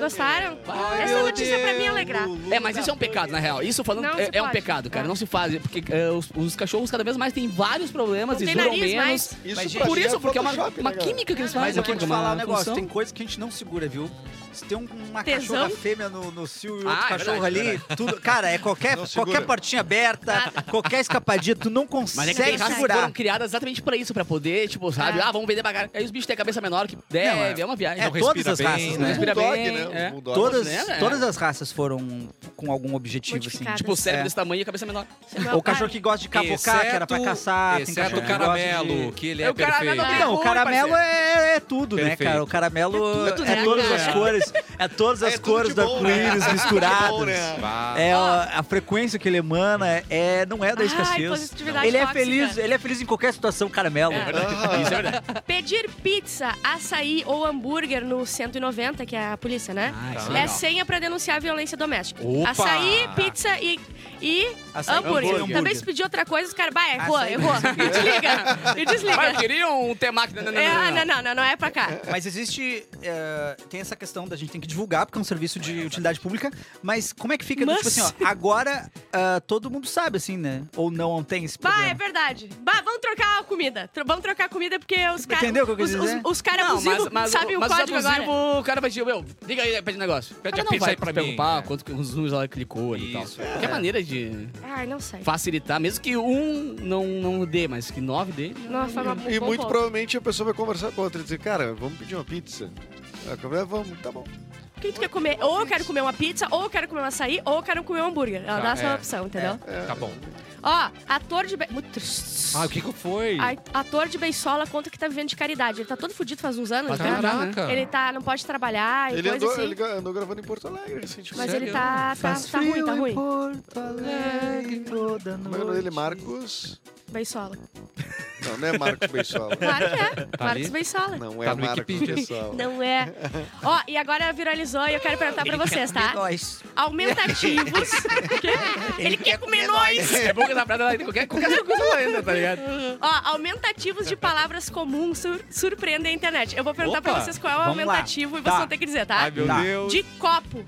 S6: Gostaram?
S1: Ai,
S6: essa
S1: meu
S6: notícia é pra me alegrar.
S4: É, mas isso é um pecado, na real. Isso falando
S6: Não
S4: é,
S6: se
S4: é um
S6: pode.
S4: pecado, cara.
S6: É.
S4: Não se faz, porque é, os, os cachorros cada vez mais têm vários problemas
S6: Não
S4: e
S6: tem
S4: duram
S6: nariz
S4: menos.
S6: mais.
S7: Isso
S2: Mas,
S7: pra
S4: Por
S7: mim
S4: isso,
S7: é
S4: porque é uma,
S7: Photoshop,
S4: uma
S7: né, cara?
S4: química que eles fazem.
S2: Mas eu
S4: uma
S2: vou te
S4: química,
S2: falar um
S4: uma
S2: negócio,
S4: função.
S2: tem coisa que a gente não segura, viu? Se tem um- uma
S6: Tesão?
S2: cachorra fêmea no, no cio e outro
S4: Ah, é
S2: cachorro
S4: verdade,
S2: ali, tudo. Cara, é qualquer,
S7: Não segura.
S2: qualquer portinha aberta, qualquer escapadinha, tu não
S4: Mas
S2: consegue
S4: é que tem raças que
S2: segurar.
S4: foram criadas exatamente pra isso, pra poder, tipo, sabe?
S6: É.
S4: Ah, vamos vender pra caralho. Aí os bichos têm a cabeça menor que deve, é, uma viagem.
S2: É
S1: Não
S2: todas
S1: respira
S2: as
S1: bem,
S2: raças,
S1: não
S2: né?
S4: respira
S7: Bulldog,
S4: bem,
S7: né?
S4: é.
S7: Os bulldogs.
S2: Todas,
S4: né, velho?
S2: todas as raças foram com algum objetivo, assim.
S6: Modificadas.
S4: Tipo, o cérebro
S2: É.
S4: desse tamanho e a cabeça menor.
S6: Meu
S2: O cachorro que gosta de cavocar, que era pra
S1: Exceto-
S2: caçar. tem
S1: Exceto
S2: cachorro
S1: o
S2: que gosta de-
S1: caramelo, que ele
S4: É
S1: é
S4: o caramelo
S1: perfeito.
S4: dele.
S2: Não, o
S4: Oi,
S2: caramelo
S4: parceiro.
S2: é, é tudo, né,
S1: Perfeito.
S2: cara? O caramelo é,
S4: tudo, né,
S2: todas
S4: cara?
S2: as cores, é todas as
S7: É tudo
S2: cores
S7: de
S2: da
S7: bom, né?
S2: arco-íris
S7: É tudo de
S2: misturadas.
S7: bom, né?
S1: Vá.
S2: É, a, a frequência que ele emana é, não é da
S6: Ai,
S2: escassez.
S6: positividade
S2: Ele é
S6: tóxica.
S2: feliz, ele é feliz em qualquer situação, caramelo.
S4: Isso é
S1: Ah,
S4: verdade.
S6: Pedir pizza, açaí ou hambúrguer no 190, que é a polícia, né?
S4: Ah, isso é
S6: é
S4: legal.
S6: senha pra denunciar a violência doméstica.
S1: Opa!
S6: Açaí, pizza e, e
S2: Açaí,
S6: hambúrguer.
S2: hambúrguer.
S6: Também se pedir outra coisa, os caras, bah, é errou,
S2: Açaí,
S6: errou. E desliga, e
S4: Mas eu
S6: desliga.
S4: queria um temaki. Não, não, não,
S6: É,
S4: não,
S6: ah, não, não, não, não é pra cá.
S2: Mas existe. é, tem essa questão da gente tem que divulgar, porque é um serviço de utilidade pública. Mas como é que fica?
S6: Mas-
S2: Tipo assim, ó, agora ah, todo mundo sabe, assim, né? Ou não tem esse
S6: Bah, é
S2: problema.
S6: verdade. Bah, vamos trocar a comida. Tro- vamos trocar a comida porque os caras.
S2: Entendeu o que eu quis
S6: os, os,
S2: dizer?
S6: os caras
S4: Não,
S6: abusivos sabem o
S4: mas
S6: código
S4: abusivo,
S6: agora.
S4: o cara vai dizer, meu, liga aí, pede negócio. Pede
S1: a
S4: não
S1: pizza
S4: vai
S1: aí pra
S4: se preocupar
S1: mim,
S4: quanto que os números ela clicou ali e tal.
S1: Isso,
S4: Qualquer maneira de
S6: Ai, não sei.
S4: facilitar, mesmo que um não, não dê, mas que nove dê.
S6: Não, foi uma
S7: E
S6: bom
S7: muito
S6: ponto.
S7: provavelmente a pessoa vai conversar com a outra e dizer, cara, vamos pedir uma pizza. Aí eu falo, "É, vamos, tá bom.
S6: O que tu quer comer? Ou eu quero comer uma pizza, ou eu quero comer um açaí, ou eu quero comer um hambúrguer. Ela
S1: Tá,
S6: dá essa
S1: é.
S6: opção, entendeu?
S1: Tá bom.
S6: Ó, ator de. be- Muito triste.
S1: Ah, o que que foi?
S6: Ai, Ator de Beisola conta que tá vivendo de caridade. Ele tá todo fudido faz uns anos,
S4: Mas é
S6: né?
S1: caraca.
S6: Ele tá, não pode trabalhar e
S7: Ele
S6: coisa
S7: andou,
S6: assim.
S7: ele ga- andou gravando em Porto Alegre assim, tipo,
S6: Mas
S7: recentemente.
S6: ele tá, tá,
S2: Faz
S6: tá ruim,
S2: frio
S6: tá
S2: em
S6: ruim.
S2: Porto Alegre toda
S7: Como é o nome dele?
S2: noite.
S7: Marcos...
S6: Beisola.
S7: Não, não é Marcos Beisola.
S6: Claro que é. Marcos
S1: Tá ali?
S6: Beisola.
S7: Não é
S1: Tá no
S7: Marcos
S1: Wikipedia.
S7: Beisola.
S6: Não é. Ó, e agora viralizou e eu quero perguntar pra vocês, tá?
S2: Nós.
S6: Aumentativos. Quê? Ele, quer comer nós.
S4: É bom que essa frase ela entra em qualquer, qualquer coisa ela entra, tá ligado?
S6: Ó, aumentativos de palavras comuns sur- surpreendem a internet. Eu vou perguntar
S1: Opa,
S6: pra vocês qual é o
S2: vamos lá.
S6: aumentativo e
S2: Tá.
S6: vocês vão ter que dizer, tá?
S1: Ai, meu
S2: Tá.
S1: Deus.
S6: De copo,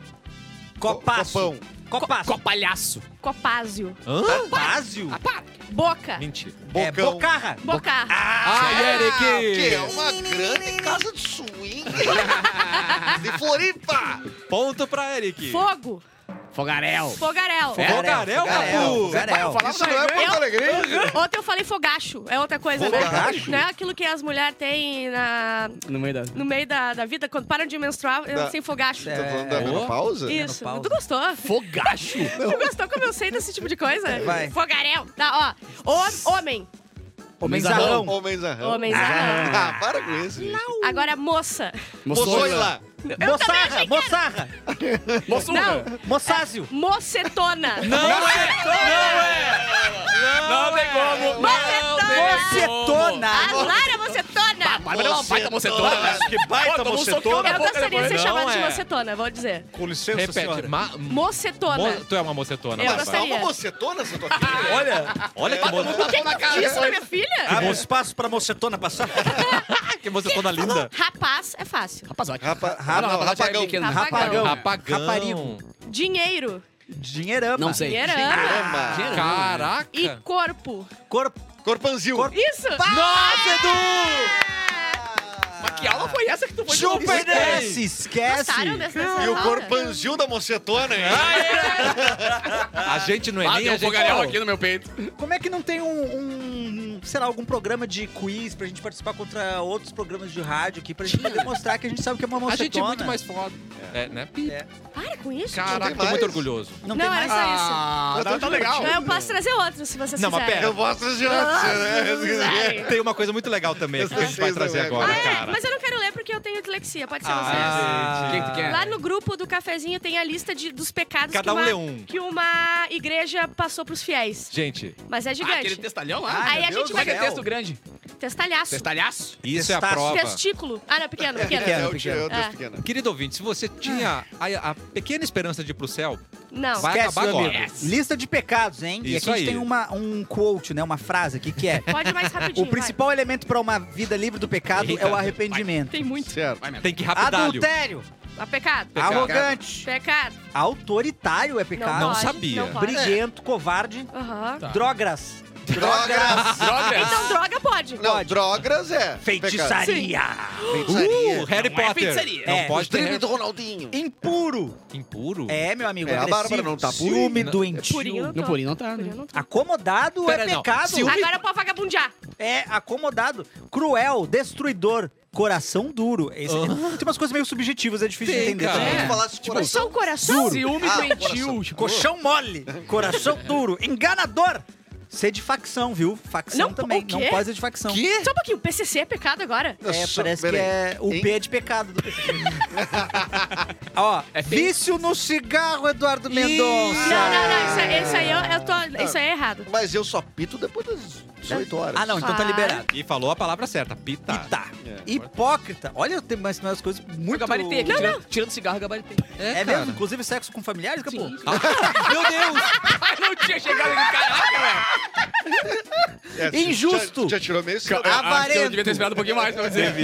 S2: Copaço.
S7: Copão.
S2: Copaço.
S4: Copalhaço.
S6: copásio.
S1: Hã?
S2: Copásio.
S6: Boca,
S1: Mentira.
S2: É,
S7: Bocão.
S2: bocarra.
S6: bocar.
S2: Ah,
S1: Ai,
S7: Que é
S1: Ah, Eric!
S7: uma grande casa de swing de Floripa.
S1: Ponto pra Eric.
S6: Fogo,
S4: Fogarel.
S6: fogarel.
S2: É,
S1: Fogarel, Capu.
S2: Fogarel.
S7: Isso não é Porto Alegre?
S6: Ontem eu falei fogacho, é outra coisa,
S2: Fogacho?
S6: né? Não é aquilo que as mulheres têm na-
S4: No meio da...
S6: no meio da, da vida, quando param de menstruar, eu
S7: Da-
S6: sem fogacho.
S7: Tá
S2: É.
S7: falando da menopausa?
S6: Isso.
S2: Menopausa.
S6: Tu gostou?
S4: Fogacho.
S6: Tu gostou como eu sei desse tipo de coisa?
S2: Vai.
S6: Fogarel. Tá, ó. Hom- homem.
S2: Homenzarrão.
S7: Homens arrão.
S6: Homens arrão.
S7: É Ah, para com isso, gente.
S6: Agora, moça.
S7: Moçoila.
S2: Moçarra. Moçarra.
S4: Moçura.
S2: Moçásio.
S6: Mocetona.
S1: Não é! Não é!
S4: Não tem como. Não
S2: é
S4: tem como.
S2: Mocetona.
S6: A Ah, Lara Mocetona.
S4: Mas não, é uma baita mocetona.
S10: Que baita mocetona.
S6: Eu gostaria de ser
S1: Não
S6: chamada de
S1: é.
S6: mocetona, vou dizer.
S10: Com licença,
S1: Repete.
S10: senhora.
S1: Ma- mo-
S6: Mocetona.
S1: Tu é uma mocetona.
S6: Eu
S1: vai,
S7: Mas tá
S1: vai.
S6: gostaria.
S7: uma mocetona essa tua filha?
S10: Olha,
S1: Olha que mocetona.
S6: Quem disse pra minha filha?
S2: Ah, um
S10: abre espaço pra mocetona passar.
S1: Que mocetona linda.
S6: Rapaz é fácil.
S4: Rapazote.
S7: Rapa-
S4: Ah, não,
S7: não,
S4: rapazote é
S7: rapagão.
S4: pequeno.
S2: Rapagão.
S1: Rapagão.
S2: Raparigo.
S6: Dinheiro.
S2: Dinheirama. Ah,
S4: Não sei.
S6: Dinheirama.
S7: Ama.
S1: Caraca.
S6: E corpo.
S2: Corpo.
S7: Corpanzil.
S2: Corpo.
S6: Isso.
S1: Nossa, Edu!
S4: Mas que aula foi essa que tu foi?
S1: Chupa,
S2: Esquece. Esquece.
S6: Gostaram dessa
S7: E o
S6: aula?
S7: corpanzil da mocetona, hein?
S1: A gente não é
S4: Ah,
S1: nem
S4: tem
S1: a
S4: um
S1: gente.
S4: fogarel aqui no meu peito.
S2: Como é que não tem um, um, sei lá, algum programa de quiz pra gente participar contra outros programas de rádio aqui, pra gente poder mostrar que a gente sabe que é uma
S1: A
S2: mocetona.
S1: gente é muito mais foda. É, né?
S6: Para com isso.
S1: Caraca,
S7: tem
S1: tô muito
S7: mais?
S1: orgulhoso.
S2: Não,
S6: Não,
S2: tem
S6: era
S2: mais.
S6: só isso.
S7: Ah, tá, legal.
S6: Não, eu posso trazer outro, se vocês
S1: Não, mas
S6: quiserem.
S7: Eu posso trazer antes, né?
S6: Ai.
S1: Tem uma coisa muito legal também aqui que a gente vai
S7: Vocês
S1: trazer
S7: não é
S1: agora,
S6: Ah, é?
S1: cara.
S6: Mas eu não quero ler porque eu tenho dislexia, pode ser
S1: Ah,
S4: O que que é? tu
S6: vocês.
S4: quer?
S6: Lá no grupo do cafezinho tem a lista de, dos pecados
S1: Cada
S6: que,
S1: um
S6: uma,
S1: lê um.
S6: que uma igreja passou pros fiéis.
S1: Gente,
S6: Mas é
S4: Ah, aquele
S6: gigante.
S4: testalhão lá?
S6: Aí a gente
S4: Como é
S6: vai
S4: que é
S6: ganhar.
S4: texto grande?
S6: Testalhaço.
S4: Testalhaço?
S1: isso é a
S2: Testar-
S1: prova.
S6: Testículo. Ah, não, pequeno, pequeno.
S7: É o
S1: pequeno.
S7: tio, Deus
S6: Ah.
S7: pequeno.
S1: Querido ouvinte, se você tinha a, a pequena esperança de ir pro céu,
S6: Não.
S1: vai
S2: Esquece,
S1: acabar
S2: meu
S1: agora.
S2: amigo. Lista de pecados, hein? e
S1: Isso
S2: aqui a gente
S1: aí.
S2: tem uma, um quote, né? Uma frase aqui que é...
S6: Pode ir mais rapidinho.
S2: O principal elemento pra uma vida livre do pecado
S1: Eita,
S2: é o arrependimento.
S6: vai. Tem muito.
S7: Certo.
S1: Tem que ir rapidalho.
S2: Adultério,
S6: Ah, pecado.
S1: Pecado.
S2: arrogante,
S6: Pecado.
S2: autoritário é pecado,
S6: Não,
S1: Não
S6: pode,
S1: sabia.
S6: Não pode.
S2: briguento, covarde,
S6: Aham.
S4: Tá.
S2: drogas,
S7: Drogas.
S4: Drogas?
S1: Ah.
S6: Então, droga pode.
S7: Não, drogas é. pecado.
S2: feitiçaria,
S1: Uh, Harry
S4: Não é
S1: Potter.
S4: feitiçaria.
S1: Não
S2: É,
S1: pode
S7: Os dribles
S1: ter
S7: do Ronaldinho.
S2: impuro.
S1: impuro.
S2: É, meu amigo,
S7: É, a
S2: agressivo,
S7: Bárbara não tá pura?
S2: ciúme,
S1: Não. é
S2: doentio.
S6: Purinho não
S4: No
S6: tô.
S4: Purim não tá, né?
S6: Purinho não tô.
S2: Acomodado
S1: Pera,
S2: é
S1: não.
S2: pecado.
S1: Ciúme-
S6: Agora pode vagabundear.
S2: É, acomodado, cruel, destruidor, coração duro. Esse- Tem umas coisas meio subjetivas, é difícil de
S1: Ah. Tem,
S2: entender.
S1: cara.
S2: também.
S1: É.
S7: Tu falasse de
S6: O
S7: coração.
S6: seu coração.
S4: Tá Ciúme
S7: Ah,
S4: doentio. tipo,
S2: Colchão mole, coração duro, enganador. Ser de facção, viu? Facção
S6: Não,
S2: também.
S6: o quê?
S2: Não pode ser de facção.
S1: Que?
S6: Só um pouquinho. PCC é pecado agora?
S2: É,
S7: Nossa,
S2: parece que
S7: peraí.
S2: é o
S7: Hein?
S2: P é de pecado. Do... Ó,
S1: É
S2: vício no cigarro, Eduardo Mendonça.
S6: Não, não, não. Isso, aí- isso aí eu, eu tô. Isso aí é errado.
S7: Mas eu só pito depois das 18 horas.
S2: Ah, não, então tá
S6: Claro.
S2: liberado.
S1: E falou a palavra certa, pita.
S2: Tá.
S7: É.
S2: Hipócrita. Olha, tem mais umas coisas
S4: o
S2: muito...
S4: gabaritei aqui. Tirando, tirando cigarro, gabaritei.
S2: É
S1: né? cara.
S2: mesmo? Inclusive sexo com familiares, é acabou.
S1: Meu Deus!
S4: Ai, não tinha chegado aqui, caraca, velho.
S7: É,
S2: Injusto.
S7: Já, já tirou meio cedo.
S2: Ah,
S4: Acho que Eu
S2: Avarento.
S4: devia ter esperado um pouquinho mais pra dizer.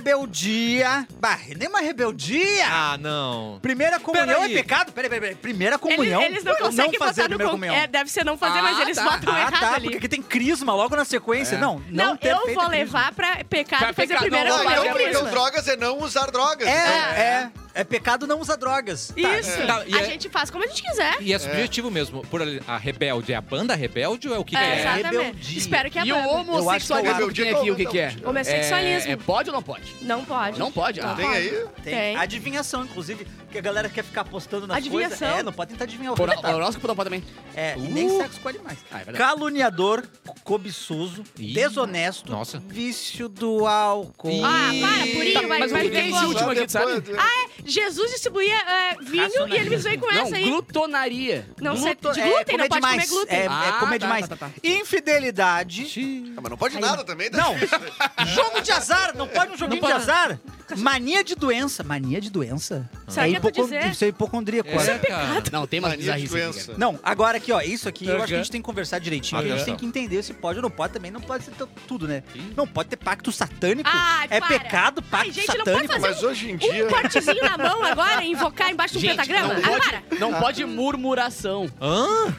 S2: Rebeldia. Bah, nem uma rebeldia.
S1: Ah, não.
S2: Primeira comunhão
S1: Peraí.
S2: é pecado? Peraí, peraí, peraí. Primeira
S6: Eles,
S2: comunhão.
S6: eles não conseguem
S2: não fazer
S6: botar no
S2: primeira
S6: con...
S2: comunhão.
S6: É, deve ser não fazer, mas
S4: Ah,
S6: eles
S4: tá.
S6: botam
S2: ah,
S6: errado
S2: tá,
S6: ali. É.
S2: porque aqui tem crisma logo na sequência. Não, não,
S6: Não,
S2: ter
S6: eu
S2: feito crisma.
S6: vou levar pra pecado
S4: Pra
S6: fazer
S4: pecado,
S6: primeiro
S4: não,
S7: Não,
S6: não,
S4: vai, Mas
S7: então,
S4: é
S7: porque
S6: crisma.
S7: o drogas é não usar drogas.
S2: É,
S7: Então,
S2: é. É pecado não usar drogas. Tá.
S6: Isso.
S1: Tá, e
S6: a
S1: é-
S6: gente faz como a gente quiser.
S1: E é subjetivo mesmo. Por ali, a rebelde é a banda rebelde ou é o que, que
S6: É,
S1: é?
S6: exatamente.
S2: rebeldia.
S6: Espero que a
S4: E o
S6: banda.
S7: então,
S4: homossexualismo que tem aqui, o que que é?
S6: Homossexualismo.
S4: É, é pode ou não pode?
S6: Não pode.
S4: Não pode, ah.
S7: Tem aí?
S2: Tem.
S6: Tem.
S2: Adivinhação, inclusive, que a galera quer ficar apostando nas
S6: Adivinhação?
S2: coisas. É, não pode tentar adivinhar o
S4: Por-
S2: resultado.
S4: Horóscopo não pode também.
S2: É, e nem
S1: Uh,
S2: sexo com animais.
S4: Ah, é verdade.
S2: Caluniador, cobiçoso,
S1: Ih,
S2: desonesto,
S1: nossa.
S2: vício do álcool.
S6: Ah, para,
S1: Ih,
S6: purinho, vai,
S4: Mas o
S6: vai
S4: que que é
S6: ver
S4: esse
S6: como.
S4: último aqui, tu sabe?
S7: Ah,
S6: Jesus distribuía é, vinho e ele me veio com essa
S4: Não,
S6: aí.
S4: glutonaria.
S6: Não sei, de
S2: Gluto-
S6: glúten,
S2: é, comer
S6: não pode
S2: demais.
S6: comer glúten.
S2: É, é
S4: Ah,
S2: comer
S4: tá,
S2: demais.
S4: tá, tá, tá.
S2: Infidelidade.
S7: Ah, mas não pode nada também, tá?
S2: Não. jogo de azar. Não pode um joguinho
S4: pode.
S2: de azar. Mania de doença. Mania de doença?
S6: Será
S2: é
S6: que é pra dizer?
S2: Isso é hipocondríaco. olha.
S1: cara.
S4: Ah, Não, tem mais
S7: Mania de
S4: bizarrice. aqui,
S7: doença.
S2: Não, agora aqui, ó, isso aqui eu acho que a
S4: Aham.
S2: gente tem que conversar direitinho. porque A gente tem
S1: Atenção.
S2: que entender se pode ou não pode também. Não pode ser t- tudo, né? Não pode ter pacto satânico.
S6: Ah,
S2: é
S6: para.
S2: pecado, pacto
S6: Ai, gente, não pode
S2: satânico.
S6: fazer
S7: Mas hoje em dia.
S6: Um cortezinho na mão agora e invocar embaixo de um
S4: Gente,
S6: pentagrama?
S4: não
S6: Ah,
S4: pode-
S6: para!
S4: cara. Não pode murmuração.
S1: Hã?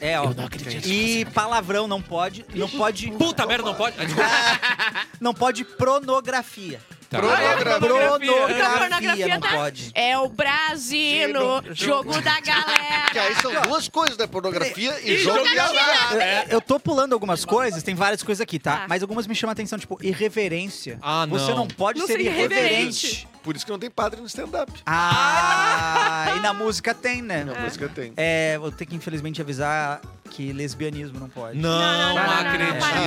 S2: É, ó.
S4: Eu não acredito.
S2: E palavrão não pode. Não pode.
S1: Puta merda, não pode. Ah, desculpa.
S2: Não pode pornografia.
S1: é
S6: Então,
S2: Pornografia
S6: pornografia
S2: não
S6: tá-
S2: pode.
S6: É o Brasino, jogo da
S7: Que é
S6: galera.
S7: aí são duas coisas, né? Pornografia e, jogo de azar.
S2: É, Eu tô pulando algumas coisas, tem várias coisas aqui, tá?
S6: Tá.
S2: Mas algumas me chamam a atenção, tipo, irreverência.
S1: Ah, não.
S2: Você não pode
S6: Não
S2: ser
S6: seja
S2: irreverente.
S6: irreverente.
S7: Por isso que não tem padre no stand-up.
S2: Ah, e na música tem, né?
S7: É a música tem.
S2: É, vou ter que infelizmente avisar que lesbianismo não pode.
S1: Não,
S6: para,
S1: acredito.
S6: para, para,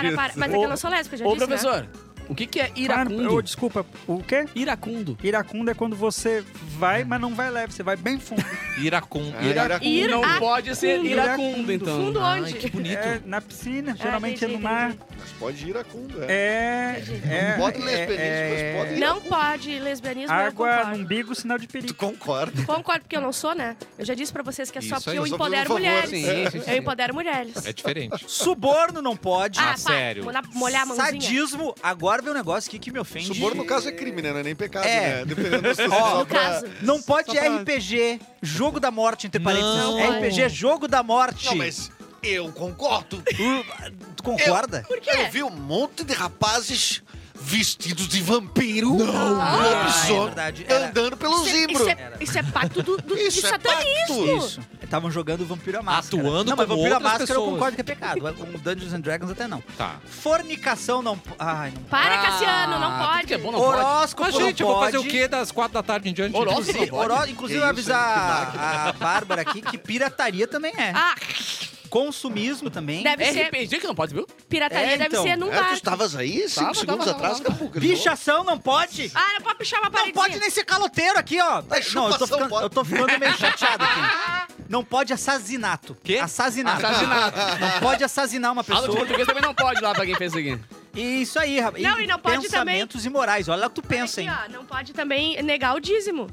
S6: para, para. Mas é que eu não sou lésbica, já
S4: Ô,
S6: disse, né?
S4: professor, o que, que é
S11: Ô,
S4: iracundo?
S11: desculpa, o quê?
S4: Iracundo.
S11: Iracundo é quando você vai, mas não vai leve, você vai bem fundo.
S1: Iracundo.
S7: É, era-
S6: Ir
S4: Não
S6: a
S4: pode ser iracundo,
S11: Iracundo.
S4: então.
S6: fundo
S1: Ai,
S6: onde?
S1: que bonito.
S11: É, na piscina, geralmente é
S6: Ah, entendi,
S11: no mar.
S7: Mas pode ir a cumba. é.
S11: É. é
S7: Pode
S11: é-
S7: lesbianismo,
S11: é-
S7: mas pode ir.
S6: Não pode lesbianismo, eu
S11: Água no
S6: concordo.
S11: umbigo, sinal de
S7: Tu
S11: perigo.
S7: concorda?
S6: Concordo, porque eu não sou, né? Eu já disse pra vocês que é só
S1: Isso aí,
S6: porque eu
S7: só por um
S6: empodero
S7: favor.
S6: mulheres.
S1: Sim, sim, sim.
S6: Eu empodero mulheres.
S1: É diferente.
S2: Suborno não pode.
S1: Ah,
S6: pá,
S1: sério.
S6: molhar- Molhar a mãozinha.
S2: Sadismo. Agora vem um negócio aqui que me ofende.
S7: Suborno, no caso, é crime, né? Não é nem pecado,
S2: É.
S7: né? Dependendo do
S2: Ó,
S6: No caso.
S2: Não pode RPG, jogo da morte, entre parênteses.
S1: Não.
S2: RPG é jogo da morte.
S7: Não, mas eu concordo.
S2: Tu concorda?
S6: Por quê?
S7: Eu vi um monte de rapazes vestidos de vampiro, lobisomem,
S2: verdade, era.
S7: andando pelos
S6: Isso é-
S7: zimbro.
S6: Isso é, isso é pacto do, do,
S7: um Isso
S6: de
S7: é
S6: satanismo.
S7: pacto.
S2: Isso. Estavam jogando Vampiro à Máscara.
S1: Atuando
S2: não, mas
S1: como
S2: Vampiro à
S1: outras
S2: Máscara eu
S1: pessoas.
S2: concordo que é pecado. Com Dungeons and Dragons até não.
S1: Tá.
S2: Fornicação não... po- Ai, não
S6: Para, Cassiano, não
S4: Ah,
S6: pode.
S4: tudo que é bom não pode.
S2: Horóscopo
S1: Mas,
S2: não
S1: gente, eu vou
S2: pode.
S1: fazer o quê das quatro da tarde em diante?
S4: Horóscopo?
S2: Inclusive,
S4: Não pode.
S2: horó- inclusive eu vou avisar a, a Bárbara aqui que pirataria também é.
S6: Ah,
S2: Consumismo também.
S6: deve ser.
S4: RPG que não pode, viu?
S6: Pirataria
S2: É,
S6: deve
S2: então.
S6: ser num
S7: É, tu
S6: bar.
S7: estavas aí cinco
S4: Tava,
S7: segundos
S4: tava,
S7: atrás,
S4: tava, tava.
S7: Capuca?
S2: Pichação não pode.
S6: Ah, não pode pichar uma
S2: Não
S6: paredinha.
S2: pode nem ser caloteiro aqui, ó.
S1: Tá
S2: Não, eu tô,
S7: chupação
S2: ficando,
S7: pode.
S2: eu tô ficando meio chateado aqui. Não pode assassinato.
S1: Quê?
S2: Assassinato.
S4: Assassinato.
S2: Não pode assassinar uma
S4: Aula de
S2: pessoa.
S4: português também não pode lá pra quem fez isso aqui.
S2: E isso aí, rapaz.
S6: Não, e não pode
S2: Pensamentos imorais. Olha lá o que tu
S6: Olha
S2: pensa, hein?
S6: Aqui, ó, não pode também negar o dízimo.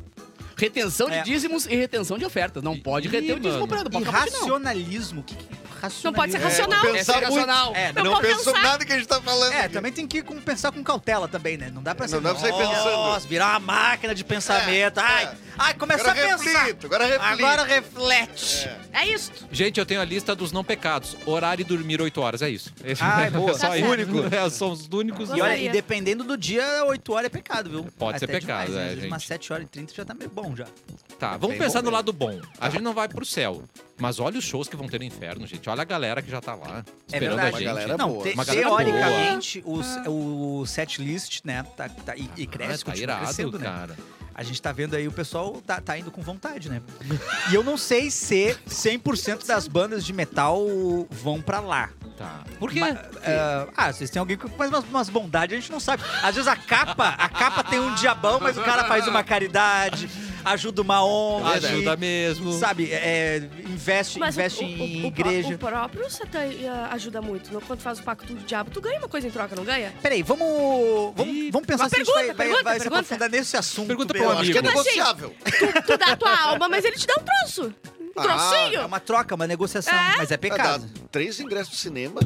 S4: Retenção de
S2: É.
S4: dízimos e retenção de ofertas. Não pode
S1: Ih,
S4: reter o dízimo
S1: mano.
S4: pra
S2: E
S4: não.
S2: racionalismo. O que, que racionalismo?
S6: Não pode ser
S7: É,
S6: racional.
S7: não
S4: Essa é
S7: pensar muito.
S4: racional.
S2: É,
S6: Não
S7: Não,
S6: pode
S7: pensou
S6: pensar.
S7: nada que a gente tá falando.
S2: É,
S7: aqui.
S2: também tem que com- pensar com cautela também, né? Não dá pra
S7: Não
S2: ser.
S7: dá pra sair pensando. É,
S2: Nossa, virar uma máquina de pensamento. Ai, ai, começar
S7: Agora
S2: a pensar.
S7: reflito, agora reflito.
S2: Agora reflete.
S6: É isso.
S1: Gente, eu tenho a lista dos não pecados. Horário e dormir 8 horas, é isso. Esse
S2: Ai, Ah, boa.
S1: Só
S6: Tá
S1: isso.
S6: certo.
S1: Único. É, são os únicos.
S2: E olha,
S6: Gostaria.
S2: e dependendo do dia, 8 horas é pecado, viu?
S1: Pode ser pecado,
S2: demais, né?
S1: é,
S2: Às vezes Umas
S1: gente.
S2: 7 horas e 30 já tá meio bom já.
S1: Tá, vamos pensar no lado bom. A gente não vai pro céu. Mas olha os shows que vão ter no inferno, gente. Olha a galera que já tá lá, esperando
S2: É
S1: a
S2: verdade.
S7: Uma
S1: gente.
S7: galera
S2: Não,
S7: boa.
S2: te-
S1: Uma galera
S2: teoricamente, o, o set list, né, tá, tá- e, e cresce,
S1: Ah, tá
S2: continua
S1: irado,
S2: crescendo, né?
S1: cara.
S2: A gente tá vendo aí, o pessoal tá, tá indo com vontade, né? E eu não sei se 100% das bandas de metal vão pra lá.
S1: Tá. Por quê?
S2: Ma- ah, ah, vocês têm alguém que faz umas, umas bondades, a gente não sabe. Às vezes a capa, a capa tem um diabão, mas o cara faz uma caridade, ajuda uma ONG.
S1: Ajuda mesmo.
S2: Sabe, é, investe, investe em
S6: o,
S2: igreja.
S6: O próprio Satã eh, ajuda muito. Não- Quando faz o pacto do diabo, tu ganha uma coisa em troca, não ganha?
S2: Peraí, vamos, vamos, vamos pensar
S6: Mas
S2: se a gente vai, vai-
S6: pergunta, pergunta,
S2: vai se
S6: pergunta.
S2: aprofundar nesse assunto.
S1: Pergunta
S2: meu.
S1: pro
S7: Eu acho que é
S1: amigo.
S6: Mas,
S7: negociável.
S6: Tu dá a tua alma, mas ele te dá um troço. Um
S7: Ah,
S6: trocinho.
S2: É uma troca, uma negociação, mas é pecado.
S7: Dá três ingressos de cinema.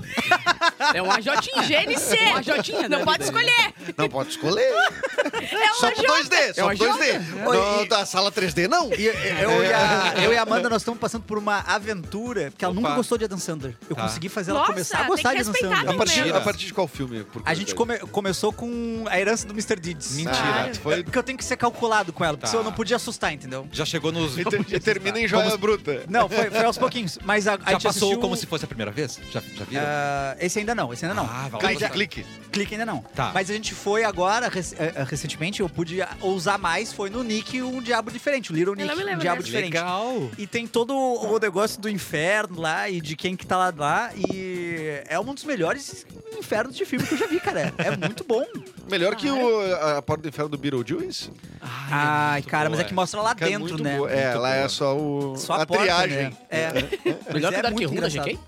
S4: É um AJ.
S6: GNC.
S4: Uma jotinha, né?
S6: Não pode escolher.
S7: Não pode escolher. só pro 2D,
S4: É
S7: só
S4: uma
S7: pro 2D. Não, da sala 3D, não.
S2: E eu, eu e a, eu e a Amanda, nós estamos passando por uma aventura, porque ela
S1: É. Opa.
S2: nunca gostou de Adam Sandler. Eu
S1: Tá.
S2: consegui fazer ela
S6: Nossa,
S2: começar a
S6: tem
S2: gostar
S6: que
S2: de Adam
S6: respeitar
S2: Sandler.
S7: A partir,
S1: Mentira.
S7: a partir de qual filme? por
S2: A gente
S7: curiosidade?
S2: come- começou com a herança do Mr. Deeds. É
S1: Mentira.
S7: Tu Foi...
S2: Porque eu tenho que ser calculado com ela, porque
S1: Tá.
S2: senão eu não podia assustar, entendeu?
S1: Já chegou nos.
S7: E, ter- e termina em joia bruta.
S2: Não, foi, foi aos pouquinhos. Mas a, a
S1: Já
S2: gente
S1: passou
S2: assistiu- um- É,
S1: como se fosse a primeira vez? Já, já viram?
S2: Ah, esse ainda não, esse ainda não.
S1: Ah, vai lá.
S2: Mas
S7: Clique,
S2: a-
S7: clique.
S2: clique ainda não.
S1: Tá.
S2: Mas a gente foi agora, rec- eh, eh, recentemente, eu pude a- ousar mais, foi no Nick um diabo diferente, o Little Nick,
S4: não me
S2: um
S4: lembro
S2: diabo
S4: dessa.
S2: diferente. Legal. E tem todo o negócio do inferno lá e de quem que tá lá lá e é um dos melhores infernos de filme que eu já vi, cara. É muito bom.
S7: Melhor que o- a, a Porta do Inferno do Beetlejuice.
S1: Ah,
S2: Ai, cara, mas é que mostra lá
S7: Cara,
S2: dentro,
S7: muito
S2: né?
S7: boa. É,
S2: Muito
S7: lá é
S2: boa.
S7: só o
S2: Só
S7: a,
S2: porta,
S7: triagem.
S2: né? É.
S4: Melhor que
S2: Mas é
S4: o Dark
S2: muito
S4: Room da
S2: engraçado.
S4: GK?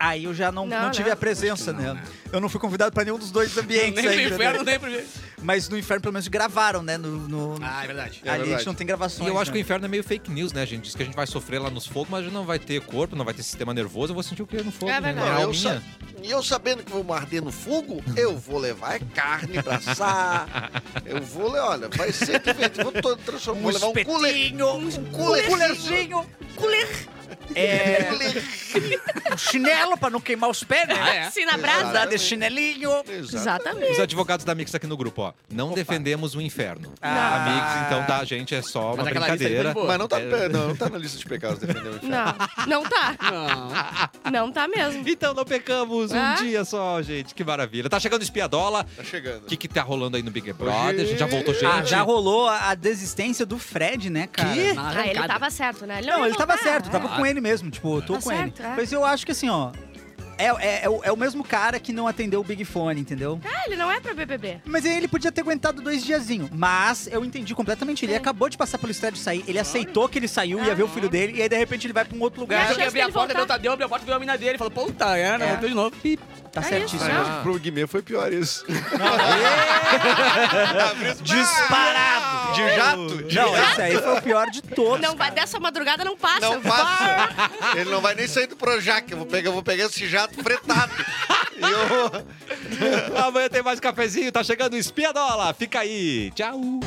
S2: Aí eu já não,
S4: Não,
S2: não, tive
S4: não.
S2: a presença, né? Eu não fui convidado pra nenhum dos dois ambientes
S4: Nem pro
S2: ainda,
S4: inferno, nem
S2: né?
S4: pro...
S2: Mas no inferno, pelo menos, gravaram, né? No, no-
S4: Ah, é verdade.
S2: Ali a gente não tem gravações.
S1: E eu acho que o
S2: né?
S1: inferno é meio fake news, né, gente? Diz que a gente vai sofrer lá nos fogos, mas a gente não vai ter corpo, não vai ter sistema nervoso. Eu vou sentir o que no fogo,
S7: É
S1: né?
S7: verdade.
S1: Na
S7: Não, eu
S1: alminha.
S7: E eu sabendo que vou morder no fogo, eu vou levar é carne pra assar. Eu vou, le- olha, vai ser diferente. Vou, to- transformar, vou levar um cooler. Um
S2: culerzinho. É. um chinelo pra não queimar os pés, né?
S1: Ah, é.
S6: Sim, na brasa.
S2: Andar de chinelinho.
S7: É.
S6: Exatamente.
S1: Os advogados da Mix aqui no grupo, ó. Não defendemos o inferno. A Mix, então, da gente é só uma
S7: Mas aquela lista
S1: brincadeira.
S7: aí foi de boa. Mas não tá-
S1: É.
S7: não, não tá na lista de pecados defender o inferno.
S6: Não, não tá. Não. tá mesmo.
S1: Então não pecamos Um dia só, gente. Que maravilha. Tá chegando espiadola. Tá
S7: chegando.
S1: O que, que tá rolando aí no Big Brother? A gente já voltou, gente.
S2: Ah, já rolou a, a desistência do Fred, né, cara?
S1: Que?
S6: Ah, ele tava certo, né?
S2: Não, ele tava certo, tava
S6: com
S2: com ele mesmo, tipo, eu tô
S6: Tá
S2: com
S6: certo,
S2: ele.
S6: é.
S2: Mas eu acho que assim, ó. É, é- é o, é o mesmo cara que não atendeu o Big Fone, entendeu?
S6: Ah, ele não é pra BBB.
S2: Mas aí ele podia ter aguentado dois diazinhos. Mas eu entendi completamente. Ele acabou de passar pelo estádio sair. Ele aceitou que ele saiu, ia ver o filho dele. E aí, de repente, ele vai pra um outro
S4: Lugar.
S2: lugar.
S4: Eu abri a porta, deu Tadeu, abri a porta, veio a mina dele. Falou, puta, é, não,
S2: É.
S4: voltou de novo. E
S2: Tá
S4: é
S2: certíssimo.
S4: isso, né?
S7: Pro Guimê foi pior isso.
S2: Disparado!
S7: De jato? De
S2: Não,
S7: jato?
S2: esse aí foi o pior de todos.
S6: Não vai dessa madrugada, não passa.
S7: Não passa. Ele não vai nem sair do Projac. Eu vou pegar, eu vou pegar esse jato fretado. E eu...
S1: Amanhã tem mais cafezinho. Tá chegando o espiadola. Fica aí. Tchau.